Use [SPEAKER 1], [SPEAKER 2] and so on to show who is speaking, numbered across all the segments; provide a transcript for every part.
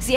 [SPEAKER 1] Si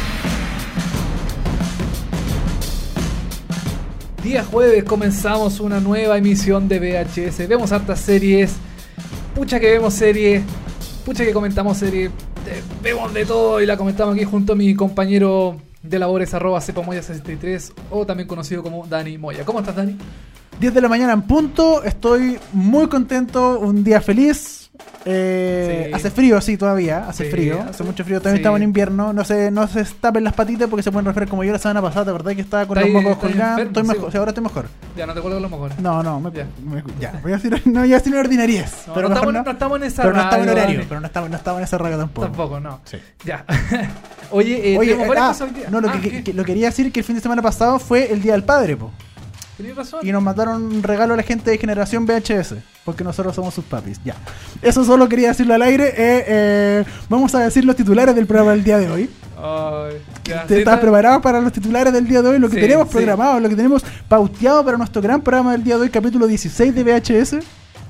[SPEAKER 2] Día jueves comenzamos una nueva emisión de VHS. Vemos hartas series. Pucha que vemos series. Pucha que comentamos series. Eh, Vemos de todo y la comentamos aquí junto a mi compañero de labores arroba cepamoya63 o también conocido como Dani Moya. ¿Cómo estás, Dani?
[SPEAKER 3] 10 de la mañana en punto, estoy muy contento, un día feliz. Eh,
[SPEAKER 2] Sí.
[SPEAKER 3] Hace frío, sí, todavía, hace
[SPEAKER 2] Sí,
[SPEAKER 3] frío,
[SPEAKER 2] hace-
[SPEAKER 3] hace, mucho frío, también
[SPEAKER 2] sí.
[SPEAKER 3] estamos en invierno, no se, no se estapen las patitas porque se pueden resfriar como yo la semana pasada, la verdad que estaba con
[SPEAKER 2] Está
[SPEAKER 3] los
[SPEAKER 2] ahí-
[SPEAKER 3] mocos
[SPEAKER 2] está ahí
[SPEAKER 3] colgando,
[SPEAKER 2] enfermo,
[SPEAKER 3] estoy
[SPEAKER 2] sí,
[SPEAKER 3] mejor,
[SPEAKER 2] vos.
[SPEAKER 3] o sea, ahora estoy mejor.
[SPEAKER 2] Ya, no te acuerdo con los mejores.
[SPEAKER 3] No, no, me,
[SPEAKER 2] Ya.
[SPEAKER 3] me- ya, voy a decir, no, ya sin ordinariez,
[SPEAKER 2] No,
[SPEAKER 3] pero,
[SPEAKER 2] no
[SPEAKER 3] mejor
[SPEAKER 2] estamos,
[SPEAKER 3] no,
[SPEAKER 2] no estamos en esa
[SPEAKER 3] pero no estaba en
[SPEAKER 2] radio,
[SPEAKER 3] horario,
[SPEAKER 2] Dani.
[SPEAKER 3] pero no estaba, no estaba en ese radio tampoco.
[SPEAKER 2] Tampoco, no.
[SPEAKER 3] Sí.
[SPEAKER 2] Ya. Oye, eh,
[SPEAKER 3] Oye,
[SPEAKER 2] tenemos
[SPEAKER 3] eh,
[SPEAKER 2] varias
[SPEAKER 3] ah,
[SPEAKER 2] cosas hoy día.
[SPEAKER 3] no, lo
[SPEAKER 2] Ah,
[SPEAKER 3] que-
[SPEAKER 2] ¿qué?
[SPEAKER 3] que- lo quería decir que el fin de semana pasado fue el Día del Padre, po.
[SPEAKER 2] Tenés razón.
[SPEAKER 3] y nos mandaron un regalo a la gente de generación VHS. Porque nosotros somos sus papis. Ya. Eso solo quería decirlo al aire. eh, eh, vamos a decir los titulares del programa del día de hoy.
[SPEAKER 2] Ay, ya, sí,
[SPEAKER 3] ¿Te ¿Estás
[SPEAKER 2] está-
[SPEAKER 3] preparado para los titulares del día de hoy? Lo que
[SPEAKER 2] Sí,
[SPEAKER 3] tenemos
[SPEAKER 2] sí.
[SPEAKER 3] programado, lo que tenemos pauteado para nuestro gran programa del día de hoy, capítulo 16 de VHS.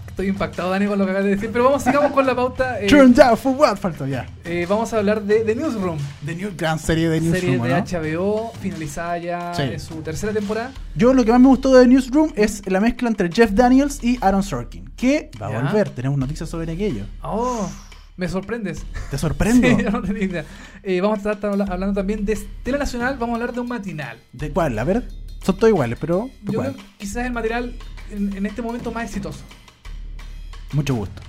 [SPEAKER 2] Estoy impactado, Dani, con lo que acabas de decir. Pero vamos, sigamos con la pauta. eh,
[SPEAKER 3] Turn down for what? Faltó ya.
[SPEAKER 2] eh, vamos a hablar de, de Newsroom.
[SPEAKER 3] The New Gran serie de
[SPEAKER 2] serie
[SPEAKER 3] Newsroom.
[SPEAKER 2] de
[SPEAKER 3] ¿no?
[SPEAKER 2] HBO, finalizada ya
[SPEAKER 3] Sí.
[SPEAKER 2] en su tercera temporada.
[SPEAKER 3] Yo lo que más me gustó de Newsroom es la mezcla entre Jeff Daniels y Aaron Sorkin. Que va
[SPEAKER 2] Ya.
[SPEAKER 3] a volver. Tenemos noticias sobre aquello.
[SPEAKER 2] Oh, me sorprendes.
[SPEAKER 3] ¿Te sorprendo?
[SPEAKER 2] Sí, yo no tenía idea. Eh, vamos a estar habla- hablando también de Tela Nacional, vamos a hablar de un matinal.
[SPEAKER 3] ¿De cuál? A ver. Son todos iguales, pero. ¿de
[SPEAKER 2] Yo
[SPEAKER 3] cuál?
[SPEAKER 2] creo que quizás el material en, en este momento más exitoso.
[SPEAKER 3] Mucho gusto.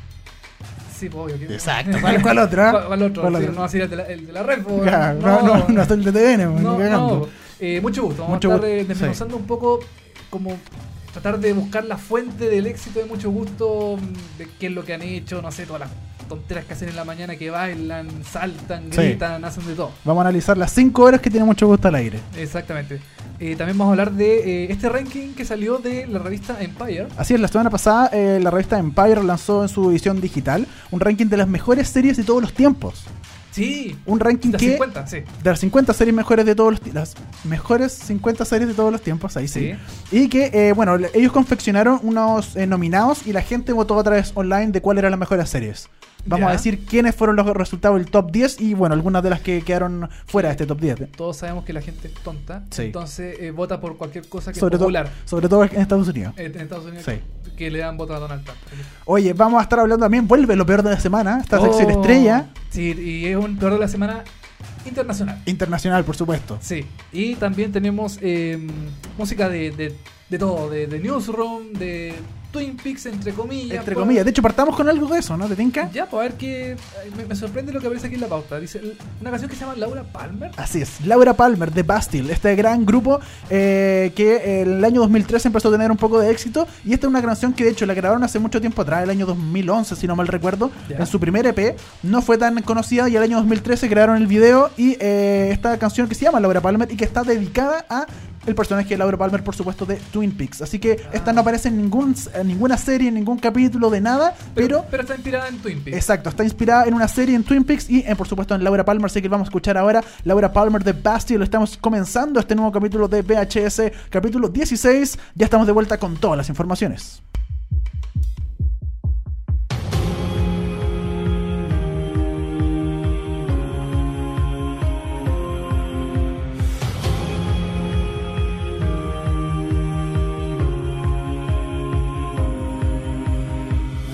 [SPEAKER 2] Sí, pues, obvio. que-
[SPEAKER 3] Exacto. ¿Cuál, cuál otro?
[SPEAKER 2] ¿Cuál, cuál otro?
[SPEAKER 3] ¿Cuál
[SPEAKER 2] Sí,
[SPEAKER 3] otro?
[SPEAKER 2] No va a ser el de la, el de la red. pues,
[SPEAKER 3] Claro, no, no, no, hasta el de TVN,
[SPEAKER 2] no,
[SPEAKER 3] ni cagando.
[SPEAKER 2] no. Eh, mucho gusto. Vamos
[SPEAKER 3] Mucho
[SPEAKER 2] a estar eh,
[SPEAKER 3] gusto,
[SPEAKER 2] desmenuzando un poco eh, como tratar de buscar la fuente del éxito de mucho gusto, mm, de qué es lo que han hecho, no sé, todas las tonteras que hacen en la mañana, que bailan, saltan,
[SPEAKER 3] Sí.
[SPEAKER 2] gritan, hacen de todo.
[SPEAKER 3] Vamos a analizar las 5 horas que tiene mucho gusto al aire.
[SPEAKER 2] Exactamente. Eh, también vamos a hablar de eh, este ranking que salió de la revista Empire.
[SPEAKER 3] Así es, la semana pasada eh, la revista Empire lanzó en su edición digital un ranking de las mejores series de todos los tiempos.
[SPEAKER 2] Sí.
[SPEAKER 3] Un ranking
[SPEAKER 2] Las
[SPEAKER 3] que...
[SPEAKER 2] 50, sí.
[SPEAKER 3] De las 50 series mejores de todos los ti- las mejores 50 series de todos los tiempos, ahí sí. Y que, eh, bueno, le- ellos confeccionaron unos eh, nominados y la gente votó otra vez online de cuáles eran las mejores series. Vamos
[SPEAKER 2] Ya.
[SPEAKER 3] a decir quiénes fueron los resultados del top 10 y, bueno, algunas de las que quedaron fuera de este top 10.
[SPEAKER 2] Todos sabemos que la gente es tonta.
[SPEAKER 3] Sí.
[SPEAKER 2] Entonces eh, vota por cualquier cosa que
[SPEAKER 3] Sobre
[SPEAKER 2] es
[SPEAKER 3] todo,
[SPEAKER 2] popular.
[SPEAKER 3] sobre todo en Estados Unidos.
[SPEAKER 2] Eh, En Estados Unidos
[SPEAKER 3] Sí.
[SPEAKER 2] que le dan voto a Donald Trump.
[SPEAKER 3] Oye, vamos a estar hablando también, vuelve lo peor de la semana, esta sección
[SPEAKER 2] Oh,
[SPEAKER 3] estrella
[SPEAKER 2] Sí, y es un peor de la semana internacional.
[SPEAKER 3] internacional, por supuesto.
[SPEAKER 2] Sí. Y también tenemos eh, música de, de, de todo, de, de Newsroom, de Twin Peaks, entre comillas.
[SPEAKER 3] Entre
[SPEAKER 2] pues.
[SPEAKER 3] comillas, de hecho partamos con algo de eso, ¿no? ¿Te tinca?
[SPEAKER 2] Ya, pues a ver qué. Me, me sorprende lo que aparece aquí en la pauta. Dice l- una canción que se llama Laura Palmer.
[SPEAKER 3] Así es, Laura Palmer de Bastille, este gran grupo eh, que en el año 2013 empezó a tener un poco de éxito y esta es una canción que de hecho la grabaron hace mucho tiempo atrás, el año 2011 si no mal recuerdo,
[SPEAKER 2] Ya.
[SPEAKER 3] en su primer EP, no fue tan conocida y el año 2013 crearon el video y eh, esta canción que se llama Laura Palmer y que está dedicada a el personaje de Laura Palmer por supuesto de Twin Peaks, así que esta no aparece en, ningún, en ninguna serie, en ningún capítulo de nada, pero
[SPEAKER 2] pero está inspirada en Twin Peaks.
[SPEAKER 3] Exacto, está inspirada en una serie en Twin Peaks y en, por supuesto en Laura Palmer, así que vamos a escuchar ahora Laura Palmer de Bastille, lo estamos comenzando este nuevo capítulo de VHS, capítulo 16, ya estamos de vuelta con todas las informaciones.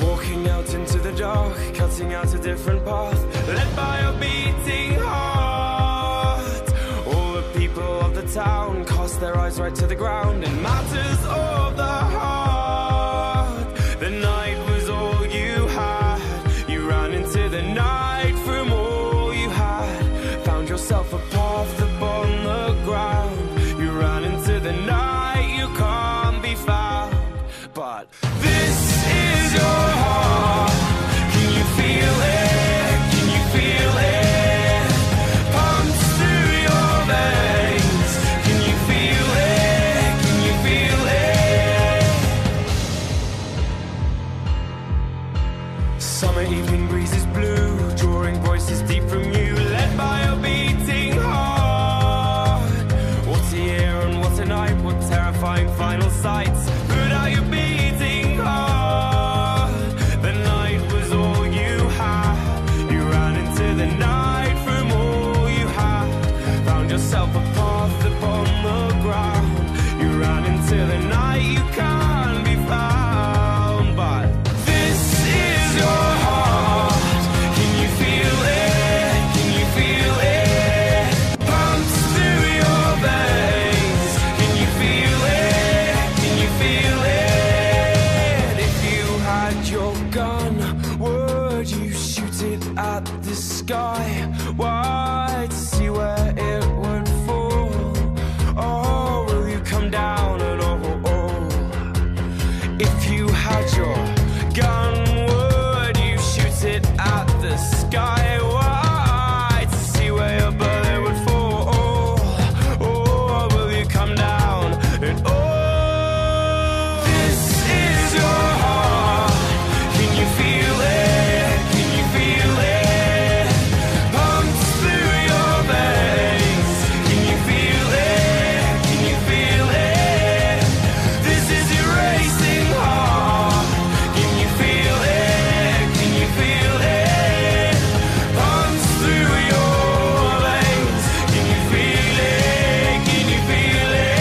[SPEAKER 4] Walking out into the dark, cutting out a different path, led by a beating heart. All the people of the town cast their eyes right to the ground in matters of the heart. The night was all you had. You ran into the night from all you had. Found yourself a path upon the ground. You ran into the night, you can't be found. But this is your heart. Can you feel it? Can you feel it? Pumps through your veins. Can you feel it? Can you feel it? sights. Put out your beating heart. The night was all you had. You ran into the night from all you had. Found yourself a path upon the ground. You ran into the night you can't be found. But this is your heart. Can you feel it? Can you feel it? Pumps through your veins. Can you feel it? Can you feel it? If you had your gun, would you shoot it at the sky? Why to see where it would fall? Or will you come down at all? If you had your gun, would you shoot it at the sky? Why? To see where your bullet would fall? Or will you come down at all? This is your heart. Can you feel it? Can you feel it? Pumps through your veins. Can you feel it? Can you feel it? This is your racing heart. Can you feel it? Can you feel it? Pumps through your veins. Can you feel it? Can you feel it?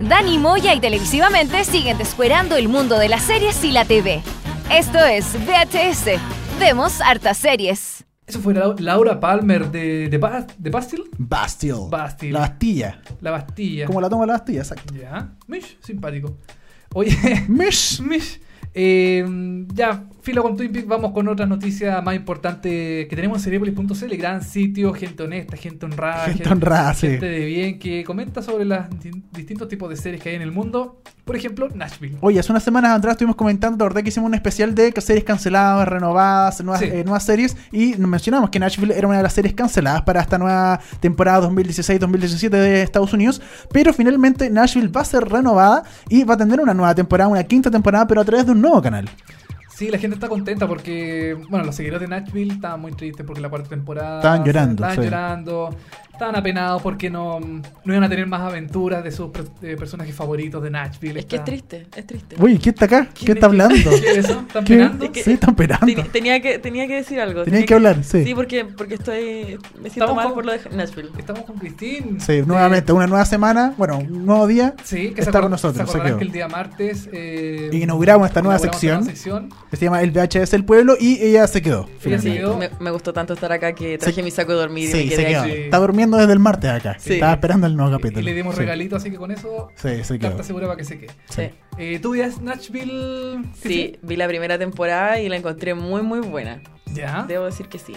[SPEAKER 1] Dani Moya y televisivamente siguen descuerando el mundo de las series y la TV. Esto es VHS. Vemos hartas series.
[SPEAKER 2] Eso fue Lau- Laura Palmer de, de, Ba- de Bastille.
[SPEAKER 3] Bastille.
[SPEAKER 2] Bastille.
[SPEAKER 3] La Bastilla.
[SPEAKER 2] La Bastilla.
[SPEAKER 3] Como la toma la Bastilla, exacto.
[SPEAKER 2] Ya. Mish, simpático. Oye,
[SPEAKER 3] Mish.
[SPEAKER 2] Mish. eh, ya, filo con Twin Peaks, vamos con otras noticias más importantes que tenemos en Cerepolis.cl. Gran sitio, gente honesta, gente honrada,
[SPEAKER 3] Gente honrada, sí.
[SPEAKER 2] gente de bien que comenta sobre los distintos tipos de series que hay en el mundo. Por ejemplo, Nashville.
[SPEAKER 3] Oye, hace unas semanas atrás estuvimos comentando, la verdad que hicimos un especial de series canceladas, renovadas, nuevas,
[SPEAKER 2] Sí.
[SPEAKER 3] eh, nuevas series y mencionamos que Nashville era una de las series canceladas para esta nueva temporada 2016-2017 de Estados Unidos, pero finalmente Nashville va a ser renovada y va a tener una nueva temporada, una quinta temporada, pero a través de un nuevo canal.
[SPEAKER 2] Sí, la gente está contenta porque, bueno, los seguidores de Nashville estaban muy tristes porque la cuarta temporada.
[SPEAKER 3] Estaban llorando,
[SPEAKER 2] Estaban
[SPEAKER 3] sí.
[SPEAKER 2] llorando, estaban apenados porque no, no iban a tener más aventuras de sus per- de personajes favoritos de Nashville.
[SPEAKER 5] Es que es
[SPEAKER 2] Está-
[SPEAKER 5] triste, es triste.
[SPEAKER 3] Uy, ¿quién está acá? ¿Qué
[SPEAKER 2] ¿Quién
[SPEAKER 3] está
[SPEAKER 2] es?
[SPEAKER 3] hablando?
[SPEAKER 2] ¿Qué es eso? ¿Están penando?
[SPEAKER 3] ¿Qué? Sí, están esperando.
[SPEAKER 5] Teni- tenía, que, tenía que decir algo.
[SPEAKER 3] Tenía que hablar, sí.
[SPEAKER 5] Sí, porque, porque estoy. Me siento
[SPEAKER 2] Estamos
[SPEAKER 5] mal
[SPEAKER 2] con-
[SPEAKER 5] por lo de Nashville.
[SPEAKER 2] Estamos con Cristín.
[SPEAKER 3] Sí,
[SPEAKER 2] De-
[SPEAKER 3] nuevamente, una nueva semana, bueno, un nuevo día.
[SPEAKER 2] Sí, que se
[SPEAKER 3] está
[SPEAKER 2] acuer-
[SPEAKER 3] con nosotros.
[SPEAKER 2] Se
[SPEAKER 3] se
[SPEAKER 2] acordarán
[SPEAKER 3] quedó.
[SPEAKER 2] que el día martes. eh,
[SPEAKER 3] Inauguramos esta nueva sección.
[SPEAKER 2] sección.
[SPEAKER 3] Se llama El VHS del Pueblo y ella se quedó.
[SPEAKER 2] Ella se
[SPEAKER 5] Sí,
[SPEAKER 2] quedó.
[SPEAKER 5] me, me gustó tanto estar acá que traje
[SPEAKER 3] Se-
[SPEAKER 5] mi saco de dormir y
[SPEAKER 3] Sí,
[SPEAKER 5] me
[SPEAKER 3] se
[SPEAKER 5] quedé
[SPEAKER 3] quedó.
[SPEAKER 5] aquí.
[SPEAKER 2] Sí.
[SPEAKER 3] Está durmiendo desde el martes acá.
[SPEAKER 5] Sí.
[SPEAKER 3] Estaba esperando el nuevo capítulo.
[SPEAKER 2] Y le dimos
[SPEAKER 3] Sí.
[SPEAKER 2] regalito, así que con eso.
[SPEAKER 3] Sí, se quedó.
[SPEAKER 2] Carta segura para que se quede.
[SPEAKER 5] Sí.
[SPEAKER 2] Eh, ¿Tú ya Nashville?
[SPEAKER 5] Sí, vi la primera temporada y la encontré muy, muy buena.
[SPEAKER 3] Ah.
[SPEAKER 2] Ya.
[SPEAKER 5] Debo decir que sí.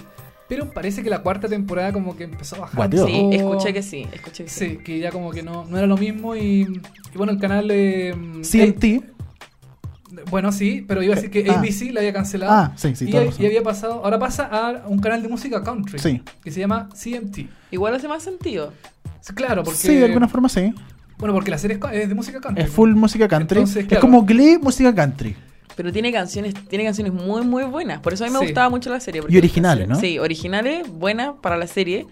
[SPEAKER 2] Pero parece que la cuarta temporada como que empezó a bajar.
[SPEAKER 3] Guateó.
[SPEAKER 5] Sí,
[SPEAKER 2] Oh.
[SPEAKER 5] escuché que sí, escuché que sí.
[SPEAKER 2] Sí, que ya como que no, no era lo mismo y, y bueno, el canal... eh,
[SPEAKER 3] CNT.
[SPEAKER 2] eh, bueno, sí, pero iba a decir que
[SPEAKER 3] Ah.
[SPEAKER 2] ABC la había cancelado.
[SPEAKER 3] Ah, sí, sí,
[SPEAKER 2] y,
[SPEAKER 3] toda
[SPEAKER 2] y
[SPEAKER 3] razón.
[SPEAKER 2] había pasado, ahora pasa a un canal de música country.
[SPEAKER 3] Sí.
[SPEAKER 2] Que se llama CMT.
[SPEAKER 5] Igual hace más sentido.
[SPEAKER 2] Sí, Claro, porque...
[SPEAKER 3] Sí, de alguna forma sí.
[SPEAKER 2] Bueno, porque la serie es, co- es de música country.
[SPEAKER 3] Es full música country.
[SPEAKER 2] Entonces, claro.
[SPEAKER 3] Es como Glee, música country.
[SPEAKER 5] Pero tiene canciones, tiene canciones muy, muy buenas. Por eso a mí me
[SPEAKER 2] Sí.
[SPEAKER 5] gustaba mucho la serie. porque-
[SPEAKER 3] Y originales, ¿no?
[SPEAKER 5] Sí, originales, buenas para la serie.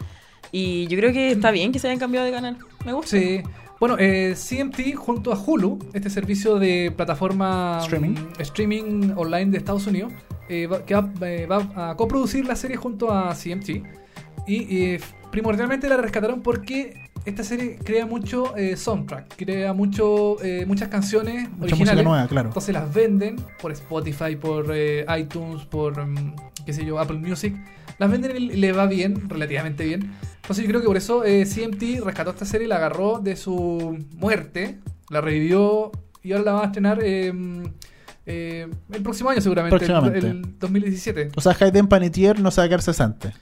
[SPEAKER 5] Y yo creo que está bien que se hayan cambiado de canal. Me gusta.
[SPEAKER 2] Sí. Bueno, eh, CMT junto a Hulu, este servicio de plataforma
[SPEAKER 3] Streaming.
[SPEAKER 2] mm, streaming online de Estados Unidos, eh, va, que va, eh, va a coproducir la serie junto a CMT. Y eh, primordialmente la rescataron porque esta serie crea mucho eh, soundtrack, crea mucho, eh, muchas canciones
[SPEAKER 3] Mucha música
[SPEAKER 2] originales.
[SPEAKER 3] nueva, claro.
[SPEAKER 2] ¿eh? Entonces las venden por Spotify, por eh, iTunes, por mm, qué sé yo, Apple Music. Las venden y le va bien, relativamente bien. Entonces yo creo que por eso eh, CMT rescató esta serie, la agarró de su muerte, la revivió y ahora la van a estrenar eh, eh, el próximo año seguramente, el-
[SPEAKER 3] Próximamente.
[SPEAKER 2] El, 2017.
[SPEAKER 3] O sea, Hayden Panettiere no se va a quedar cesante.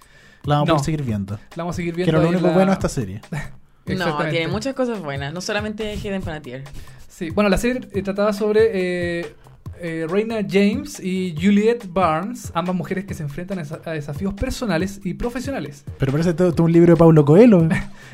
[SPEAKER 3] La vamos a
[SPEAKER 2] No.
[SPEAKER 3] poder seguir viendo.
[SPEAKER 2] La vamos a seguir
[SPEAKER 3] Que
[SPEAKER 2] viendo.
[SPEAKER 3] era lo
[SPEAKER 2] ahí
[SPEAKER 3] único
[SPEAKER 2] la-
[SPEAKER 3] bueno de esta serie.
[SPEAKER 5] No,
[SPEAKER 2] Exactamente.
[SPEAKER 5] tiene muchas cosas buenas. No solamente Hayden Panettiere.
[SPEAKER 2] Sí, bueno, la serie eh, trataba sobre eh, eh, Reina James y Juliette Barnes, ambas mujeres que se enfrentan a desa- a desafíos personales y profesionales.
[SPEAKER 3] Pero parece todo, todo un libro de Pablo Coelho.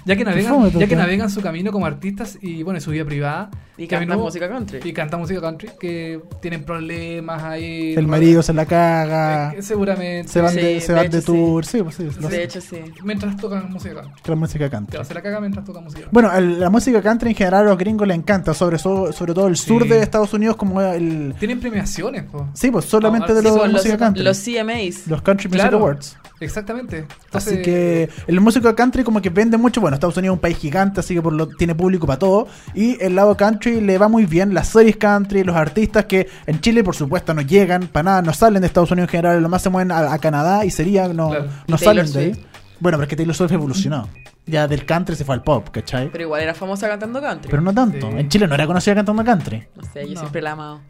[SPEAKER 2] Ya que,
[SPEAKER 3] fome,
[SPEAKER 2] navegan, ya que
[SPEAKER 3] total.
[SPEAKER 2] navegan su camino como artistas y bueno, su vida privada.
[SPEAKER 5] Y
[SPEAKER 2] Caminó-
[SPEAKER 5] cantan música country.
[SPEAKER 2] Y canta música country, que tienen problemas ahí.
[SPEAKER 3] El marido se la caga.
[SPEAKER 2] Eh, seguramente.
[SPEAKER 3] Se van,
[SPEAKER 5] Sí,
[SPEAKER 3] de, se
[SPEAKER 5] de
[SPEAKER 3] van
[SPEAKER 5] hecho,
[SPEAKER 3] de
[SPEAKER 5] sí.
[SPEAKER 3] tour. Sí, pues sí, lo
[SPEAKER 5] De
[SPEAKER 3] hace.
[SPEAKER 5] hecho, sí.
[SPEAKER 2] Mientras tocan música country.
[SPEAKER 3] Que la música canta.
[SPEAKER 2] Claro, se la caga mientras tocan música country.
[SPEAKER 3] Bueno, el- la música country en general a los gringos les encanta, sobre, so- sobre todo el sur
[SPEAKER 2] Sí.
[SPEAKER 3] de Estados Unidos, como el.
[SPEAKER 2] Tienen premiaciones, po.
[SPEAKER 3] Sí, pues solamente
[SPEAKER 2] Ah,
[SPEAKER 3] de
[SPEAKER 2] sí,
[SPEAKER 3] los
[SPEAKER 5] Son los,
[SPEAKER 3] música country.
[SPEAKER 5] los CMAs.
[SPEAKER 3] Los Country Music
[SPEAKER 2] Claro.
[SPEAKER 3] Awards.
[SPEAKER 2] Exactamente. Entonces,
[SPEAKER 3] Así que el músico country como que vende mucho. Bueno, Estados Unidos es un país gigante, así que por lo, tiene público para todo. Y el lado country le va muy bien. Las series country, los artistas que en Chile por supuesto no llegan para nada, no salen de Estados Unidos en general. Lo más se mueven a, a Canadá y sería, no,
[SPEAKER 2] Claro.
[SPEAKER 3] no
[SPEAKER 5] Y Taylor
[SPEAKER 3] salen de ahí.
[SPEAKER 5] Swift.
[SPEAKER 3] Bueno, pero es que Taylor Swift evolucionó. Ya del country se fue al pop, ¿cachai?
[SPEAKER 5] Pero igual era famosa cantando country.
[SPEAKER 3] Pero no tanto.
[SPEAKER 2] Sí.
[SPEAKER 3] En Chile no era conocida cantando country.
[SPEAKER 5] No sé, yo
[SPEAKER 2] No.
[SPEAKER 5] siempre la he amado.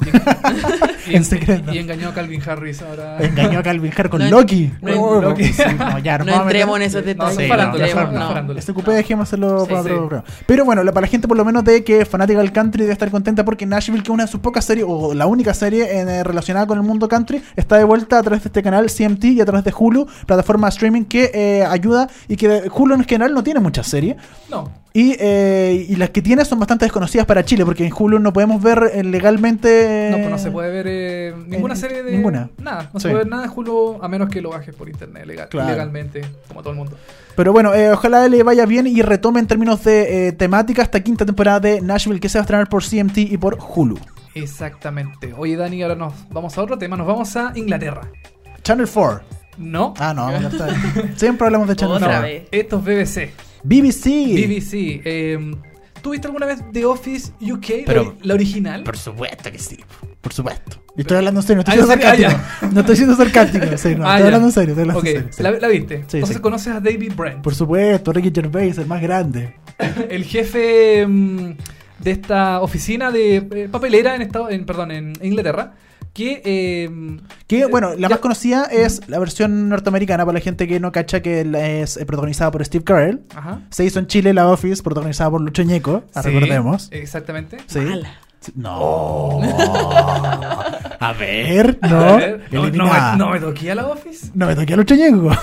[SPEAKER 2] y,
[SPEAKER 3] en secreto. Eh.
[SPEAKER 2] y engañó a Calvin Harris ahora.
[SPEAKER 3] Engañó a Calvin Harris con
[SPEAKER 5] No en-
[SPEAKER 3] Loki.
[SPEAKER 5] no en-
[SPEAKER 3] Oh,
[SPEAKER 2] Loki.
[SPEAKER 3] sí, no, ya,
[SPEAKER 5] No
[SPEAKER 3] vamos a meter-
[SPEAKER 5] entremos en esos
[SPEAKER 2] No,
[SPEAKER 5] detalles.
[SPEAKER 3] sí,
[SPEAKER 2] farándula,
[SPEAKER 3] no,
[SPEAKER 5] entremos,
[SPEAKER 2] farándula,
[SPEAKER 5] no.
[SPEAKER 2] farándula.
[SPEAKER 3] Este cupé dejémoselo
[SPEAKER 5] Sí,
[SPEAKER 3] para
[SPEAKER 5] sí.
[SPEAKER 3] otro programa. Pero bueno, la- para la gente por lo menos de que es fanática del country debe estar contenta porque Nashville, que es una de sus pocas series, o la única serie en, eh, relacionada con el mundo country, está de vuelta a través de este canal CMT y a través de Hulu, plataforma de streaming que eh, ayuda y que eh, Hulu en general no tiene muchas series.
[SPEAKER 2] No.
[SPEAKER 3] Y, eh, y las que tiene son bastante desconocidas para Chile, porque en Hulu no podemos ver eh, legalmente...
[SPEAKER 2] No, pues no se puede ver eh, ninguna
[SPEAKER 3] eh,
[SPEAKER 2] serie de.
[SPEAKER 3] ninguna.
[SPEAKER 2] Nada, no
[SPEAKER 3] Sí.
[SPEAKER 2] se puede ver nada de Hulu a menos que lo bajes por internet legal,
[SPEAKER 3] Claro.
[SPEAKER 2] legalmente, como todo el mundo.
[SPEAKER 3] Pero bueno, eh, ojalá le vaya bien y retome en términos de eh, temática esta quinta temporada de Nashville que se va a estrenar por CMT y por Hulu.
[SPEAKER 2] Exactamente. Oye, Dani, ahora nos vamos a otro tema. Nos vamos a Inglaterra.
[SPEAKER 3] Channel 4.
[SPEAKER 2] No.
[SPEAKER 3] Ah, no, ya está. Siempre hablamos de Channel
[SPEAKER 5] Otra
[SPEAKER 2] no.
[SPEAKER 3] 4.
[SPEAKER 5] vez.
[SPEAKER 2] Esto es BBC.
[SPEAKER 3] BBC.
[SPEAKER 2] BBC. Eh, ¿Tuviste alguna vez The Office UK? la
[SPEAKER 3] Pero-
[SPEAKER 2] ori- la original.
[SPEAKER 3] Por supuesto que sí. Por supuesto. Y estoy hablando en serio, no estoy
[SPEAKER 2] Ah,
[SPEAKER 3] siendo
[SPEAKER 2] ¿en serio?
[SPEAKER 3] sarcástico. No estoy siendo sarcástico. Sí, no,
[SPEAKER 2] Ah,
[SPEAKER 3] estoy
[SPEAKER 2] ya.
[SPEAKER 3] hablando en serio, estoy hablando
[SPEAKER 2] Ok,
[SPEAKER 3] en serio, sí.
[SPEAKER 2] La, la viste. Entonces
[SPEAKER 3] sí.
[SPEAKER 2] conoces a David Brent,
[SPEAKER 3] Por supuesto, Ricky Gervais, el más grande.
[SPEAKER 2] el jefe mm, de esta oficina de eh, papelera en, Estado- en, perdón, en Inglaterra, que eh,
[SPEAKER 3] Que bueno, la
[SPEAKER 2] Ya.
[SPEAKER 3] más conocida es la versión norteamericana para la gente que no cacha que la- es eh, protagonizada por Steve Carell.
[SPEAKER 2] Ajá.
[SPEAKER 3] Se hizo en Chile La Office, protagonizada por Lucho Ñeco, ah,
[SPEAKER 2] Sí, Eh,
[SPEAKER 3] recordemos.
[SPEAKER 2] Exactamente.
[SPEAKER 3] Sí.
[SPEAKER 5] Mala.
[SPEAKER 3] Sí. No. A ver, no.
[SPEAKER 2] A ver, no, no
[SPEAKER 3] Eliminada.
[SPEAKER 2] me, no me toqué a la Office.
[SPEAKER 3] No me toqué a los cheñengos.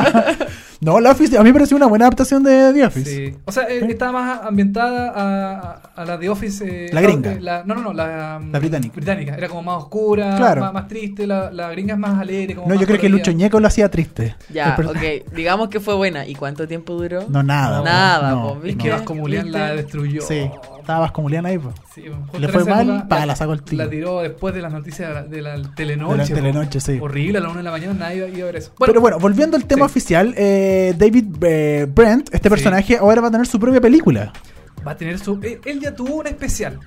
[SPEAKER 3] no, la Office, a mí me pareció una buena adaptación de The Office.
[SPEAKER 2] Sí. O sea, eh,
[SPEAKER 3] Sí.
[SPEAKER 2] estaba más ambientada a, a la de Office. eh,
[SPEAKER 3] La
[SPEAKER 2] no,
[SPEAKER 3] gringa.
[SPEAKER 2] eh, la- no, no, no, la, mm,
[SPEAKER 3] La británica.
[SPEAKER 2] Era como más oscura,
[SPEAKER 3] Claro.
[SPEAKER 2] más, más triste. La, la gringa es más alegre. Como
[SPEAKER 3] No, yo creo que Lucho
[SPEAKER 2] Ñeco
[SPEAKER 3] Ñeco lo hacía triste. El
[SPEAKER 5] Ya,
[SPEAKER 3] per-
[SPEAKER 5] ok. Digamos que fue buena. ¿Y cuánto tiempo duró?
[SPEAKER 3] No, nada. po,
[SPEAKER 5] Nada,
[SPEAKER 3] no,
[SPEAKER 5] po,
[SPEAKER 3] no.
[SPEAKER 5] ¿viste?
[SPEAKER 2] Que Vasco Mulián la destruyó.
[SPEAKER 3] Sí, estaba Vascomuliana ahí, po.
[SPEAKER 2] Sí, justo
[SPEAKER 3] Le
[SPEAKER 2] en
[SPEAKER 3] fue
[SPEAKER 2] esa
[SPEAKER 3] mal,
[SPEAKER 2] época
[SPEAKER 3] pa, la sacó el tiro.
[SPEAKER 2] La tiró después de las noticias de la, de la telenoche.
[SPEAKER 3] De la
[SPEAKER 2] po.
[SPEAKER 3] telenoche, sí.
[SPEAKER 2] Horrible, a las 1 de la mañana nadie iba- iba a ver eso.
[SPEAKER 3] Pero bueno, volviendo al tema
[SPEAKER 2] sí.
[SPEAKER 3] oficial, eh, David eh, Brent, este personaje, ahora va a tener su propia película.
[SPEAKER 2] Va a tener su. eh, él ya tuvo un especial.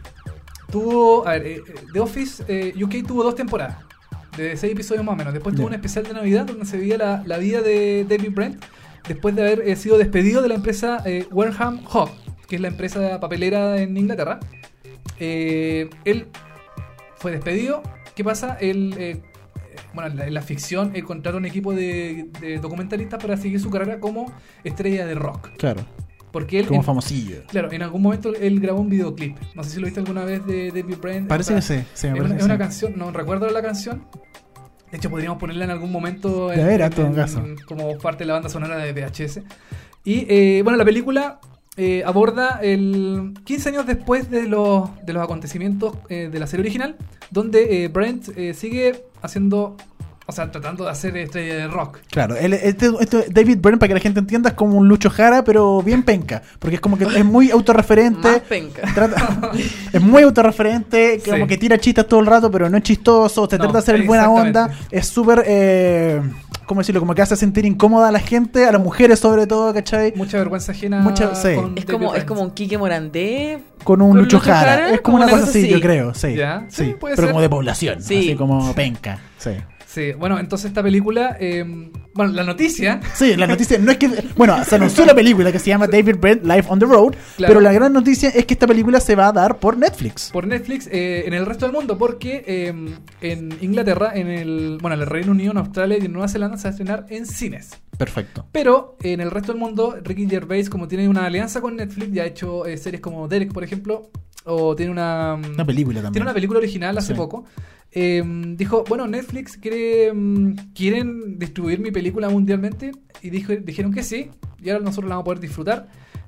[SPEAKER 2] Tuvo. A ver, eh, eh, The Office eh, UK tuvo dos temporadas. De seis episodios más o menos. Después
[SPEAKER 3] Ya.
[SPEAKER 2] tuvo un especial de Navidad donde se veía la, la vida de David Brent. Después de haber eh, sido despedido de la empresa eh, Wareham Hog, que es la empresa papelera en Inglaterra. Eh, él fue despedido. ¿Qué pasa? Él. eh, bueno, en la, en la ficción, él contrata un equipo de, de documentalistas para seguir su carrera como estrella de rock.
[SPEAKER 3] Claro,
[SPEAKER 2] Porque él
[SPEAKER 3] como
[SPEAKER 2] en-
[SPEAKER 3] famosillo.
[SPEAKER 2] Claro, en algún momento él grabó un videoclip. No sé si lo viste alguna vez de David Brand.
[SPEAKER 3] Parece
[SPEAKER 2] Está-
[SPEAKER 3] que sí, sí, me
[SPEAKER 2] Es
[SPEAKER 3] parece
[SPEAKER 2] una,
[SPEAKER 3] que
[SPEAKER 2] es una
[SPEAKER 3] sí.
[SPEAKER 2] canción, no recuerdo la canción. De hecho, podríamos ponerla en algún momento.
[SPEAKER 3] De
[SPEAKER 2] en-
[SPEAKER 3] veras,
[SPEAKER 2] en-
[SPEAKER 3] todo un
[SPEAKER 2] en-
[SPEAKER 3] caso.
[SPEAKER 2] Como parte de la banda sonora de VHS. Y eh, bueno, la película eh, aborda el 15 años después de los, de los acontecimientos eh, de la serie original, donde eh, Brent eh, sigue haciendo, o sea, tratando de hacer estrella de rock.
[SPEAKER 3] Claro, él- este, este David Byrne, para que la gente entienda, es como un Lucho Jara, pero bien penca. Porque es como que es muy
[SPEAKER 5] Más
[SPEAKER 3] autorreferente.
[SPEAKER 5] penca.
[SPEAKER 3] trata- es muy autorreferente, que como
[SPEAKER 2] Sí.
[SPEAKER 3] que tira chistes todo el rato, pero no es chistoso. Se
[SPEAKER 2] No,
[SPEAKER 3] trata de ser buena
[SPEAKER 2] exactamente.
[SPEAKER 3] onda. Es súper. Eh, ¿Cómo decirlo? Como que hace sentir incómoda a la gente, a las mujeres sobre todo, ¿cachai?
[SPEAKER 2] Mucha vergüenza ajena.
[SPEAKER 3] Mucha- sí.
[SPEAKER 2] con
[SPEAKER 5] Es
[SPEAKER 2] David
[SPEAKER 5] como, es
[SPEAKER 2] Brent.
[SPEAKER 5] como un Quique Morandé.
[SPEAKER 3] Con un
[SPEAKER 5] Con
[SPEAKER 3] Lucho,
[SPEAKER 5] Lucho
[SPEAKER 3] Jara.
[SPEAKER 5] Jara,
[SPEAKER 3] Es como una cosa, así, yo creo, sí.
[SPEAKER 2] Ya,
[SPEAKER 3] Sí,
[SPEAKER 2] sí, puede
[SPEAKER 3] pero
[SPEAKER 2] ser.
[SPEAKER 3] como de población,
[SPEAKER 5] Sí.
[SPEAKER 3] así como penca. Sí.
[SPEAKER 2] Sí, bueno, entonces esta película, eh, bueno, la noticia,
[SPEAKER 3] Sí, la noticia no es que. Bueno, se anunció la película que se llama David Brent Life on the Road.
[SPEAKER 2] Claro.
[SPEAKER 3] Pero la gran noticia es que esta película se va a dar por Netflix.
[SPEAKER 2] por Netflix eh, en el resto del mundo, porque eh, en Inglaterra, en el, bueno, en el Reino Unido, en Australia y en Nueva Zelanda se va a estrenar en cines.
[SPEAKER 3] Perfecto.
[SPEAKER 2] Pero en el resto del mundo, Ricky Gervais, como tiene una alianza con Netflix, ya ha hecho eh, series como Derek, por ejemplo, o tiene una... em,
[SPEAKER 3] Una película también.
[SPEAKER 2] Tiene una película original hace
[SPEAKER 3] Sí.
[SPEAKER 2] poco. Eh, dijo, bueno, Netflix quiere, mm, quieren distribuir mi película mundialmente. Y dijo, dijeron que sí. Y ahora nosotros la vamos a poder disfrutar